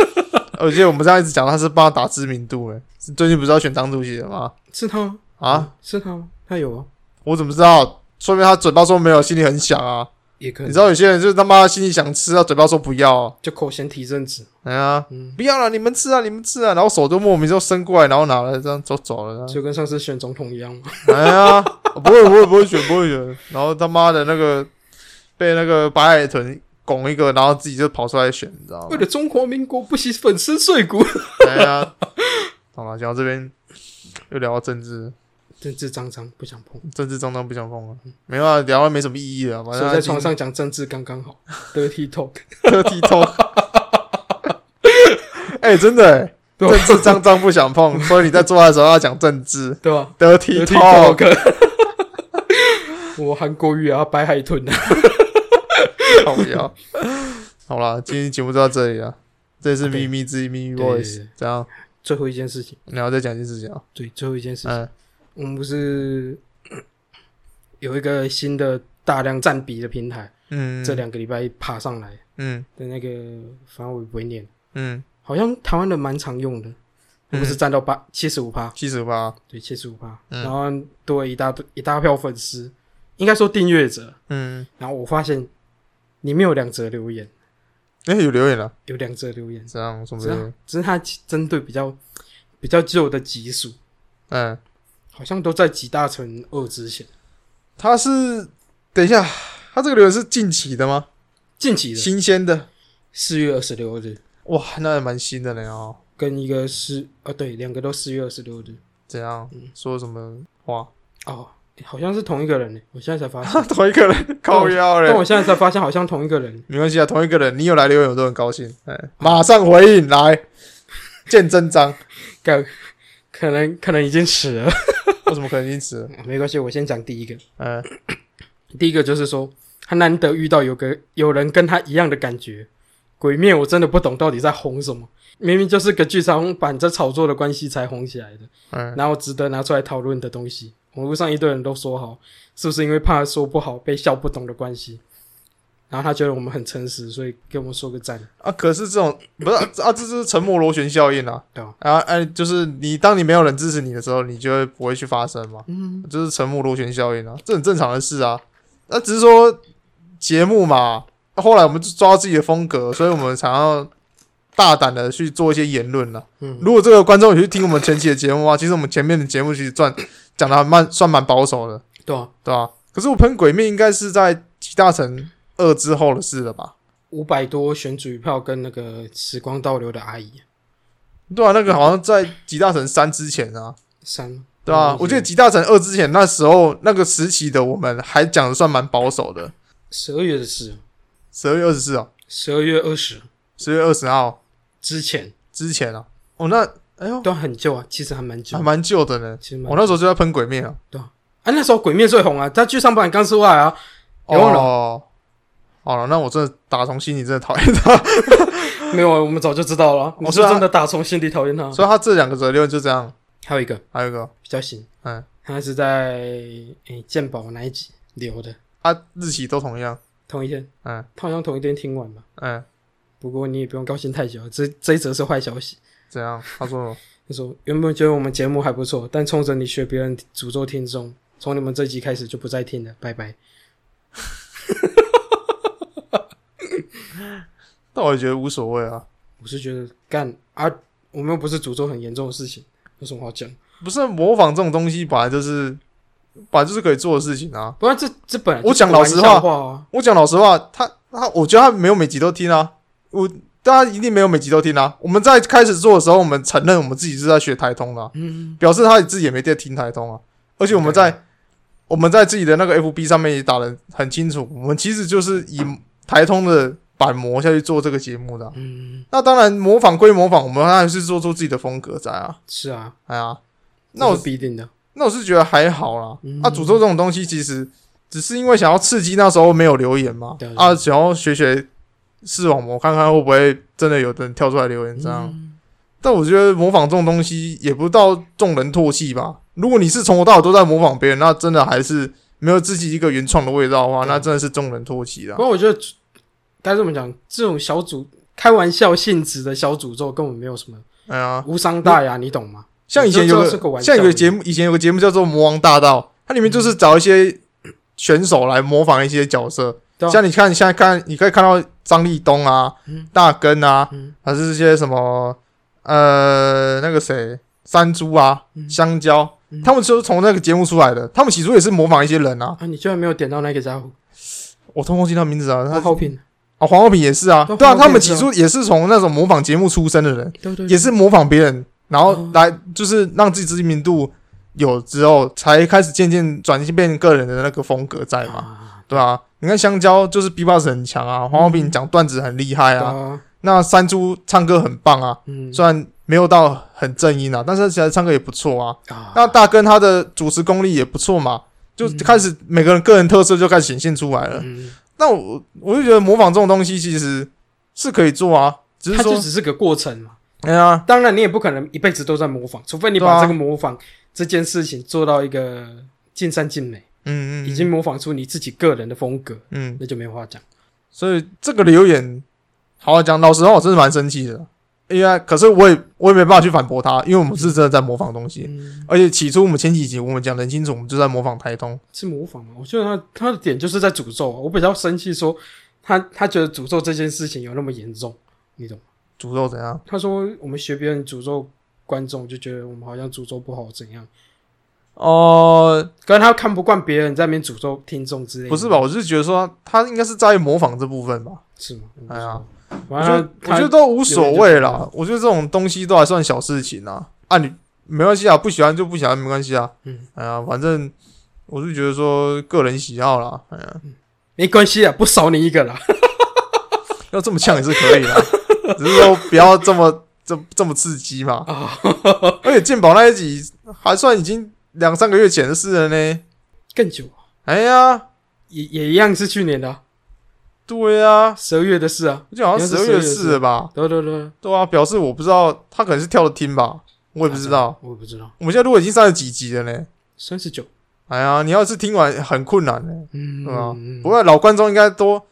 S2: 而且我们这样一直讲，他是帮他打知名度哎。最近不是要选党主席了吗？
S3: 是他吗？
S2: 啊，
S3: 是他吗？他有啊，
S2: 我怎么知道？说明他嘴巴说没有，心里很想啊。
S3: 也可以。
S2: 你知道有些人就是他妈心里想吃，他嘴巴说不要、啊，
S3: 就口嫌体正直，
S2: 哎呀，
S3: 嗯，
S2: 不要了，你们吃啊，你们吃啊，然后手就莫名就伸过来，然后拿了这样走走了，这
S3: 就跟上次选总统一样嘛。
S2: 样 哎呀，不会不会不会选不会选，然后他妈的那个被那个白海豚拱一个，然后自己就跑出来选，你知道
S3: 为
S2: 吗
S3: 了？中华民国不惜粉身碎骨，
S2: 哎呀，好了，讲到这边又聊到政治，
S3: 政治脏脏不想碰，
S2: 政治脏脏不想碰了，没办法，聊了没什么意义了，反
S3: 所
S2: 正
S3: 以在 床上讲政治刚刚好。dirty talk，
S2: 特剃头。 哎、真的、欸，
S3: 对
S2: 政治脏脏不想碰，所以你在做爱的时候要讲政治。
S3: 对吧？
S2: 得体
S3: dirty
S2: talk，
S3: talk，我韩国语啊，白海豚啊，
S2: 好不要。好啦，今天节目就到这里了。这里是秘密之秘密
S3: 对对对
S2: voice，这样
S3: 最后一件事情，
S2: 你要再讲一件事情啊。
S3: 对，最后一件事情。
S2: 嗯，
S3: 我们不是有一个新的大量占比的平台，
S2: 嗯，
S3: 这，两个礼拜爬上来
S2: 嗯
S3: 的那个，反正我也不会念，
S2: 嗯，
S3: 好像台湾人蛮常用的，我
S2: 嗯
S3: 们是占到八七十五趴，
S2: 七十八，
S3: 对，七十五趴，
S2: 嗯
S3: 然后多了一大堆一大票粉丝，应该说订阅者，
S2: 嗯，
S3: 然后我发现里面有两则留言，
S2: 哎、有留言了，
S3: 有两则留言，
S2: 这样什么
S3: 只
S2: 留
S3: 是啊
S2: 言？
S3: 只是它针对比较比较旧的集数，
S2: 嗯，
S3: 好像都在集大成二之前，
S2: 他是，等一下，他这个留言是近期的吗？
S3: 近期的
S2: 新鲜的，
S3: 四月二十六日。
S2: 哇，那还蛮新的呢哦。
S3: 跟一哦个是呃、对，两个都四月二十六日
S2: 怎样？说什么话？，
S3: 哦。好像是同一个人呢、我现在才发现
S2: 同一个人靠腰
S3: 但
S2: 嘞
S3: 哦我，现在才发现好像同一个人。
S2: 没关系啊，同一个人，你有来留言我都很高兴，哎，马上回应来， 见真章，
S3: 可可能可能已经迟了，
S2: 我怎么可能因此？
S3: 没关系，我先讲第一个。
S2: 嗯，
S3: 第一个就是说，他难得遇到有个有人跟他一样的感觉。鬼灭我真的不懂到底在红什么，明明就是个剧场版在炒作的关系才红起来的，
S2: 嗯
S3: 然后值得拿出来讨论的东西。网络上一堆人都说好，是不是因为怕说不好被笑不懂的关系？然后他觉得我们很诚实，所以给我们说个赞。
S2: 啊，可是这种不是啊，这就是沉默螺旋效应啊。
S3: 对啊
S2: 啊，哎、就是你当你没有人支持你的时候，你就会不会去发声嘛，
S3: 嗯，
S2: 就是沉默螺旋效应啊，这很正常的事啊。那、只是说节目嘛，那后来我们就抓到自己的风格，所以我们常要大胆的去做一些言论啊了、
S3: 嗯
S2: 如果这个观众有去听我们前期的节目啊，其实我们前面的节目其实算 讲的蛮算蛮保守的，
S3: 对啊，
S2: 对吧、可是我喷鬼面应该是在集大成二之后的事了吧？
S3: 五百多选举票跟那个时光倒流的阿姨
S2: 对啊，那个好像在集大成三之前啊，
S3: 三，
S2: 对啊，我记得集大成二之前那时候那个时期的我们还讲的算蛮保守的，
S3: 十二月的事，
S2: 十二月二十四哦，
S3: 十二月二十
S2: 十月二十号
S3: 之前
S2: 之前啊，哦那哎呦
S3: 都很旧啊，其实还蛮旧
S2: 还。蛮旧的呢，
S3: 其实蛮
S2: 我那时候就在喷鬼面啊，
S3: 啊，那时候《鬼灭》最红啊，他剧场版刚出来啊，有了
S2: 哦，好了，那我真的打从心里真的讨厌 他，
S3: 没有，啊，我们早就知道了啊。我是
S2: 是啊
S3: 真的打从心底讨厌他。
S2: 所以他这两个折六就这样，
S3: 还有一个
S2: 还有一个
S3: 比较新，
S2: 嗯，
S3: 他是在诶、鉴宝哪一集留的？
S2: 他啊日期都同样，
S3: 同一天，
S2: 嗯
S3: 他好像同一天听完吧。
S2: 嗯，
S3: 不过你也不用高兴太久，啊这这一则是坏消息。
S2: 怎样？他说什么
S3: 他说原本觉得我们节目还不错，但冲着你学别人诅咒听众，从你们这集开始就不再听了，拜拜。
S2: 但我也觉得无所谓啊，
S3: 我是觉得干啊，我们又不是诅咒很严重的事情，有什么好讲？
S2: 不是模仿这种东西，本来就是本来就是可以做的事情啊。
S3: 不然这这本来
S2: 我讲
S3: 就是
S2: 老实
S3: 个玩
S2: 话
S3: 笑话啊，
S2: 我讲老实话，他他，我觉得他没有每集都听啊。我大家一定没有每集都听啊。我们在开始做的时候，我们承认我们自己是在学台通的啊、
S3: 嗯。
S2: 表示他自己也没在听台通啊。而且我们在、我们在自己的那个 FB 上面也打得很清楚，我们其实就是以台通的板模下去做这个节目的啊、
S3: 嗯，
S2: 那当然模仿归模仿，我们还是做出自己的风格在啊。
S3: 是啊，
S2: 哎呀，那我
S3: 这是必定的，
S2: 那我是觉得还好啦。
S3: 嗯
S2: 啊，诅咒这种东西其实只是因为想要刺激那时候没有留言嘛
S3: 对，
S2: 啊，想要学学视网膜看看会不会真的有人跳出来留言这样。
S3: 嗯
S2: 但我觉得模仿这种东西也不到众人唾弃吧。如果你是从头到尾都在模仿别人，那真的还是没有自己一个原创的味道的话，
S3: 对
S2: 那真的是众人唾弃啦
S3: 不。过我觉得该这么讲，这种小诅开玩笑性质的小诅咒根本没有什么
S2: 哎呀，
S3: 无伤大雅，你懂吗？
S2: 像以前有
S3: 你就知道是个
S2: 个
S3: 玩笑
S2: 像有个节目，以前有个节目叫做《魔王大道》，它里面就是找一些选手来模仿一些角色，
S3: 对啊
S2: 像你看现在看，你可以看到张立东啊、
S3: 嗯
S2: 大根啊，
S3: 嗯
S2: 还是一些什么呃那个谁山猪啊、
S3: 嗯
S2: 香蕉
S3: 嗯，
S2: 他们就是从那个节目出来的，他们起初也是模仿一些人啊，
S3: 啊，你居然没有点到那个家伙，
S2: 我通忘记他名字啊，
S3: 我
S2: 他
S3: 好评，
S2: 啊黄浩 平也是啊，
S3: 对
S2: 对啊，
S3: 黄浩平
S2: 他们
S3: 也是
S2: 起
S3: 啊
S2: 初也是从那种模仿节目出身的人。
S3: 对对，
S2: 也是模仿别人，然后
S3: 嗯
S2: 来就是让自己知名度有之后，才开始渐渐转变个人的那个风格在嘛，
S3: 啊，嗯
S2: 对啊，你看香蕉就是 B-box 很强啊，黄浩平讲段子很厉害
S3: 对
S2: 啊，
S3: 啊，
S2: 那山猪唱歌很棒啊，
S3: 嗯
S2: 虽然没有到很正音啊，但是其实唱歌也不错啊。
S3: 啊，
S2: 那大根他的主持功力也不错嘛，就
S3: 嗯
S2: 开始每个人个人特色就开始显现出来了。
S3: 嗯，
S2: 那我我就觉得模仿这种东西其实是可以做啊，只是
S3: 它就
S2: 说
S3: 只是个过程嘛。
S2: 哎呀，
S3: 当然，你也不可能一辈子都在模仿，除非你
S2: 对啊
S3: 把这个模仿这件事情做到一个尽善尽美，
S2: 嗯嗯，
S3: 已经模仿出你自己个人的风格，
S2: 嗯
S3: 那就没话讲。
S2: 所以这个留言，好好讲，老实话，我真的蛮生气的。因为可是我也我也没办法去反驳他，因为我们是真的在模仿东西。
S3: 嗯，
S2: 而且起初我们前几集我们讲得很清楚，我们就在模仿台通。
S3: 是模仿吗？我觉得他他的点就是在诅咒、啊。我比较生气，说他他觉得诅咒这件事情有那么严重，你懂吗？
S2: 诅咒怎样？
S3: 他说我们学别人诅咒观众，就觉得我们好像诅咒不好怎样？
S2: 哦、
S3: 可能他看不惯别人在那边诅咒听众之类的，
S2: 不是吧？？我是觉得说他应该是在意模仿这部分吧。
S3: 是吗？我不
S2: 哎呀，
S3: 知
S2: 我
S3: 道，反
S2: 觉得我觉得
S3: 正他
S2: 都无所谓
S3: 有人
S2: 啦。我觉得这种东西都还算小事情啊。啊，你没关系啊，不喜欢就不喜欢，没关系啊。
S3: 嗯，
S2: 哎呀，反正我是觉得说个人喜好啦，哎呀，
S3: 没关系啊，不少你一个啦。
S2: 要这么呛也是可以啦， 只是说不要这么这这么刺激嘛。
S3: 啊，
S2: 而且鉴宝那一集还算已经两三个月前的事了呢。
S3: 更久，啊
S2: 哎呀，
S3: 也也一样是去年的啊
S2: 对呀、
S3: 十二月的事啊。
S2: 我记得好像
S3: 应该
S2: 十
S3: 是
S2: 二月
S3: 12月
S2: 四了吧？
S3: 对对对，
S2: 对啊，表示我不知道，他可能是跳着听吧，我也
S3: 我
S2: 不知道。，
S3: 我也不知道，
S2: 我们现在如果已经三十几集了呢，
S3: 三十九，
S2: 哎呀，你要是听完很困难呢、
S3: 嗯
S2: 对啊
S3: 嗯
S2: 不过老观众应该都，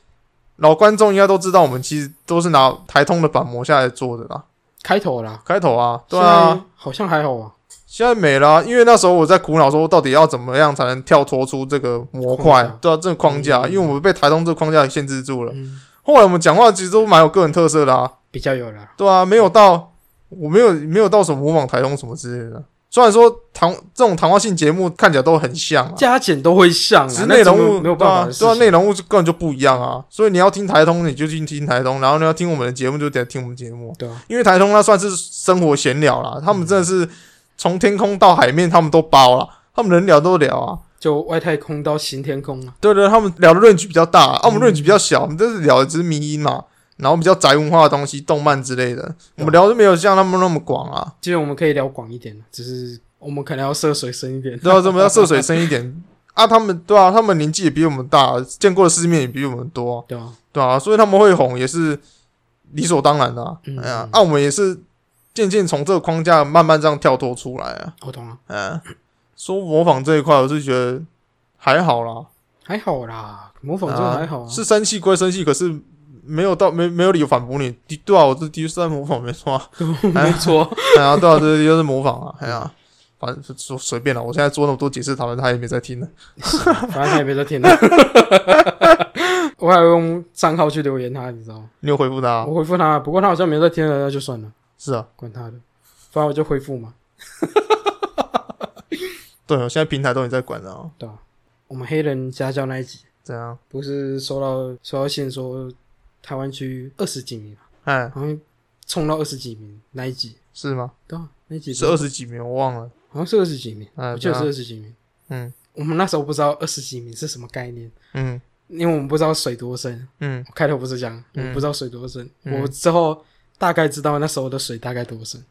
S2: 老观众应该都知道，我们其实都是拿台通的板模下来做的啦。
S3: 开头啦，
S2: 开头啊，对啊，，
S3: 好像还好啊，
S2: 现在没了啊、因为那时候我在苦恼说，到底要怎么样才能跳脱出这个模块
S3: 框架？
S2: 对啊，这个框架，
S3: 嗯
S2: 因为我们被台通这个框架给限制住了。
S3: 嗯，
S2: 后来我们讲话其实都蛮有个人特色的啊，
S3: 比较有了，
S2: 对啊，没有到我没有没有到什么模仿台通什么之类的。虽然说谈这种谈话性节目看起来都很像啊，
S3: 加减都会像
S2: 只
S3: 啊，
S2: 是
S3: 那
S2: 内
S3: 真
S2: 容
S3: 的
S2: 物
S3: 没有办法的事
S2: 对啊，对啊
S3: 情，
S2: 内容物就根本就不一样啊。所以你要听台通，你就去听台通；然后你要听我们的节目，就得听我们节目。
S3: 对啊，
S2: 因为台通它算是生活闲聊
S3: 嗯
S2: 啦，他们真的是从天空到海面，他们都包啦，他们能聊都聊啊。
S3: 就外太空到新天空啊，
S2: 对对，他们聊的论据比较大，啊，我们
S3: 嗯
S2: 论据比较小，我们这是聊的只是迷音嘛，然后比较宅文化的东西，动漫之类
S3: 啊
S2: 的，我们聊的没有像他们那么广啊。
S3: 其实我们可以聊广一点，只是我们可能要涉水深一点，
S2: 对啊，怎么要涉水深一点啊？他们对啊，他们年纪也比我们大，见过的世面也比我们多，
S3: 对啊，
S2: 对啊，所以他们会红也是理所当然的、啊。
S3: 嗯
S2: 哎呀
S3: 嗯，
S2: 啊，我们也是渐渐从这个框架慢慢这样跳脱出来啊。
S3: 我懂了，
S2: 嗯，说模仿这一块，我是觉得还好啦，
S3: 还好啦，模仿这个还好啊，
S2: 是生气归生气，可是。没有到没没有理由反驳你，的对啊，我这的确是在模仿，没错 啊，
S3: 没错，
S2: 哎呀，对啊，这的确是模仿啊， 哎呀，反正就说随便了，我现在做那么多解释，他们他也没在听呢。
S3: 反正他也没在 听了。我还有用账号去留言他，你知道吗？
S2: 你有回复他、啊？
S3: 我回复他，不过他好像没在听了，那就算了，
S2: 是啊，
S3: 管他的，反正我就回复嘛，
S2: 对，现在平台都有在管了、哦，
S3: 对吧、我们黑人家教那一集，
S2: 怎样？
S3: 不是收到收到信说台湾区二十几名，
S2: 哎，
S3: 好像冲到二十几名那一集，
S2: 是吗？
S3: 对啊，那一集
S2: 是二，十几名，我忘了。
S3: 好像是二十几名，
S2: 哎
S3: 我记得
S2: 对啊
S3: 是二十几名。
S2: 嗯
S3: 我们那时候不知道二十几名是什么概念，
S2: 嗯
S3: 因为我们不知道水多深。
S2: 嗯
S3: 我开头不是讲，我
S2: 嗯
S3: 不知道水多深，
S2: 嗯
S3: 我之后大概知道那时候的水大概多深。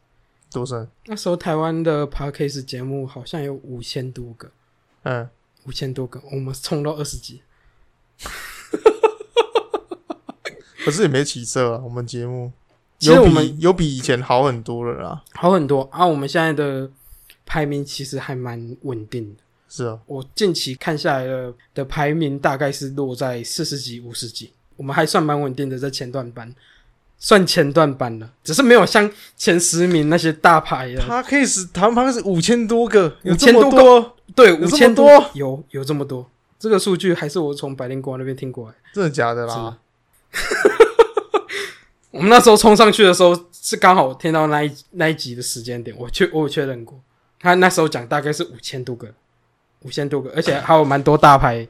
S2: 多深？
S3: 那时候台湾的 podcast 节目好像有五千多个，
S2: 嗯，
S3: 五千多个，我们冲到二十几，
S2: 可是也没起色啊。我们节目
S3: 其实
S2: 有
S3: 我
S2: 比
S3: 们
S2: 有比以前好很多了啦。
S3: 好很多啊。我们现在的排名其实还蛮稳定的，
S2: 是啊，
S3: 我近期看下来的的排名大概是落在四十几、五十几，我们还算蛮稳定的，在前段班，算前段班了，只是没有像前十名那些大牌的，
S2: 他 case 谈判是五千多个，有
S3: 5000
S2: 这么
S3: 多个
S2: 多，
S3: 对，
S2: 有
S3: 五
S2: 这
S3: 千
S2: 么多，
S3: 有有这么多，这个数据还是我从百灵果那边听过来的。
S2: 真的假的
S3: 是
S2: 啦？
S3: 我们那时候冲上去的时候，是刚好听到那一那一集的时间点，我确我有确认过，他那时候讲大概是五千多个，五千多个，而且还有蛮多大牌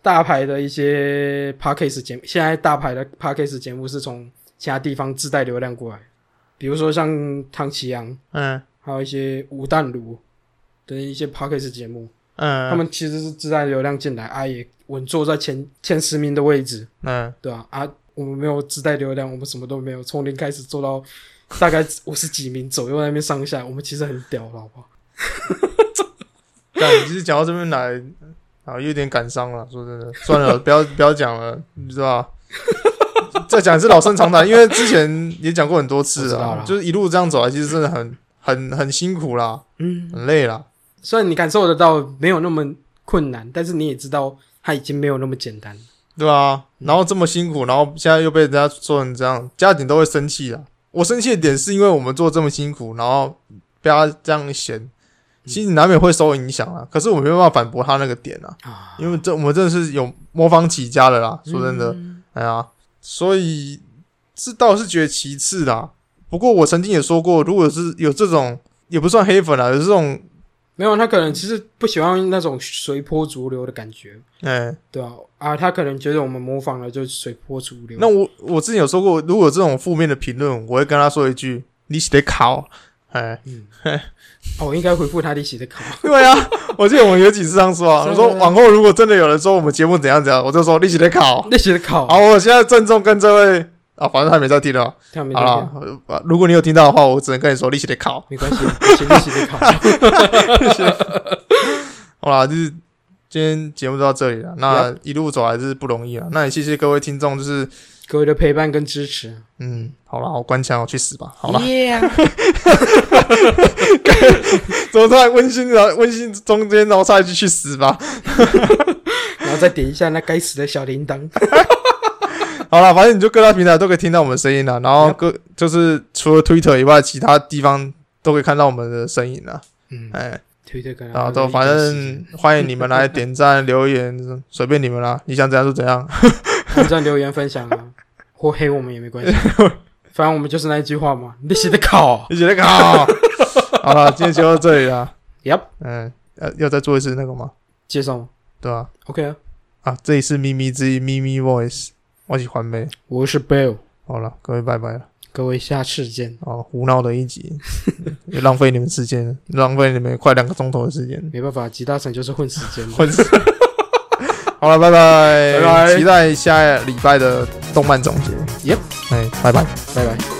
S3: 大牌的一些 p a c k a s e 节目，现在大牌的 p a c k a s e 节目是从其他地方自带流量过来，比如说像唐奇阳，
S2: 嗯
S3: 还有一些吴淡如的一些 p a c k a s e 节目，
S2: 嗯，
S3: 他们其实是自带流量进来，啊也稳坐在前前十名的位置，
S2: 嗯
S3: 对啊，啊，我们没有自带流量，我们什么都没有，从零开始做到大概五十几名左右那边上下，我们其实很屌了，好不好？
S2: 但其实讲到这边来啊，有点感伤了。说真的，算了， 不要不要讲了，你知道吧？ 再讲也是老生常谈，因为之前也讲过很多
S3: 我
S2: 次
S3: 知道
S2: 了啊
S3: 啦，
S2: 就是一路这样走来，其实真的很很很辛苦啦，
S3: 嗯，
S2: 很累啦。
S3: 虽然你感受得到没有那么困难，但是你也知道它已经没有那么简单了。
S2: 对啊，然后这么辛苦，然后现在又被人家说成这样，家庭都会生气啦。我生气的点是因为我们做这么辛苦，然后被他这样嫌，心里难免会受影响啊。可是我没有办法反驳他那个点啊，
S3: 啊
S2: 因为这我们真的是有模仿起家的啦。说真的，
S3: 嗯
S2: 哎呀，所以这倒是觉得其次啦。不过我曾经也说过，如果是有这种，也不算黑粉啊啦，有这种，
S3: 没有他可能其实不喜欢那种随波逐流的感觉，
S2: 哎、
S3: 对啊，啊，他可能觉得我们模仿了就随波逐流。
S2: 那我我之前有说过，如果有这种负面的评论，我会跟他说一句：“你是得考。”哎，
S3: 嗯，哦，我应该回复他利息的考。
S2: 对啊，我记得我们有几次这样说啊，
S3: 是
S2: 我说往后如果真的有人说我们节目怎样怎样，我就说立起来考。
S3: 利息的考，
S2: 哦好，我现在郑重跟这位啊，反正他没在听了，
S3: 他没
S2: 好
S3: 在听，
S2: 了，呃如果你有听到的话，我只能跟你说立起来考。
S3: 没关系，写利息的考。
S2: 好啦，就是今天节目就到这里了。那一路走来是不容易啊，那也谢谢各位听众，就是
S3: 各位的陪伴跟支持。
S2: 嗯，好啦，我关枪，我去死吧。好啦，
S3: Yeah
S2: 怎么突然温馨的温馨中间，然后差一句去死吧？
S3: 然后再点一下那该死的小 铃铛。
S2: 好了，反正你就各大平台都可以听到我们的声音了。然后各就是除了 Twitter 以外，其他地方都可以看到我们的声音了。
S3: 嗯，
S2: 哎，
S3: 推特跟
S2: 然后都反正欢迎你们来点赞、留言，随便你们啦，你想怎样就怎样。
S3: 按赞、留言、分享啊， 或黑我们也 没关系。反正我们就是那一句话嘛，利息的考。
S2: 一起那个好，好了，今天就到这里了。
S3: Yep，
S2: 嗯，呃，要再做一次那个吗？
S3: 接受吗
S2: 对吧、
S3: OK 啊，
S2: 啊？这里是咪咪之音咪咪 Voice，我喜欢呗。
S3: 我是 Bill，
S2: 好了，各位拜拜了。
S3: 各位下次见，
S2: 哦，胡闹的一集，也浪费你们时间，浪费你们快两个钟头的时间。
S3: 没办法，吉大神就是混时间嘛。
S2: 混世。好了，拜拜，
S3: 拜拜
S2: 期待下礼拜的动漫总结。
S3: Yep
S2: 哎，拜拜。
S3: 拜拜。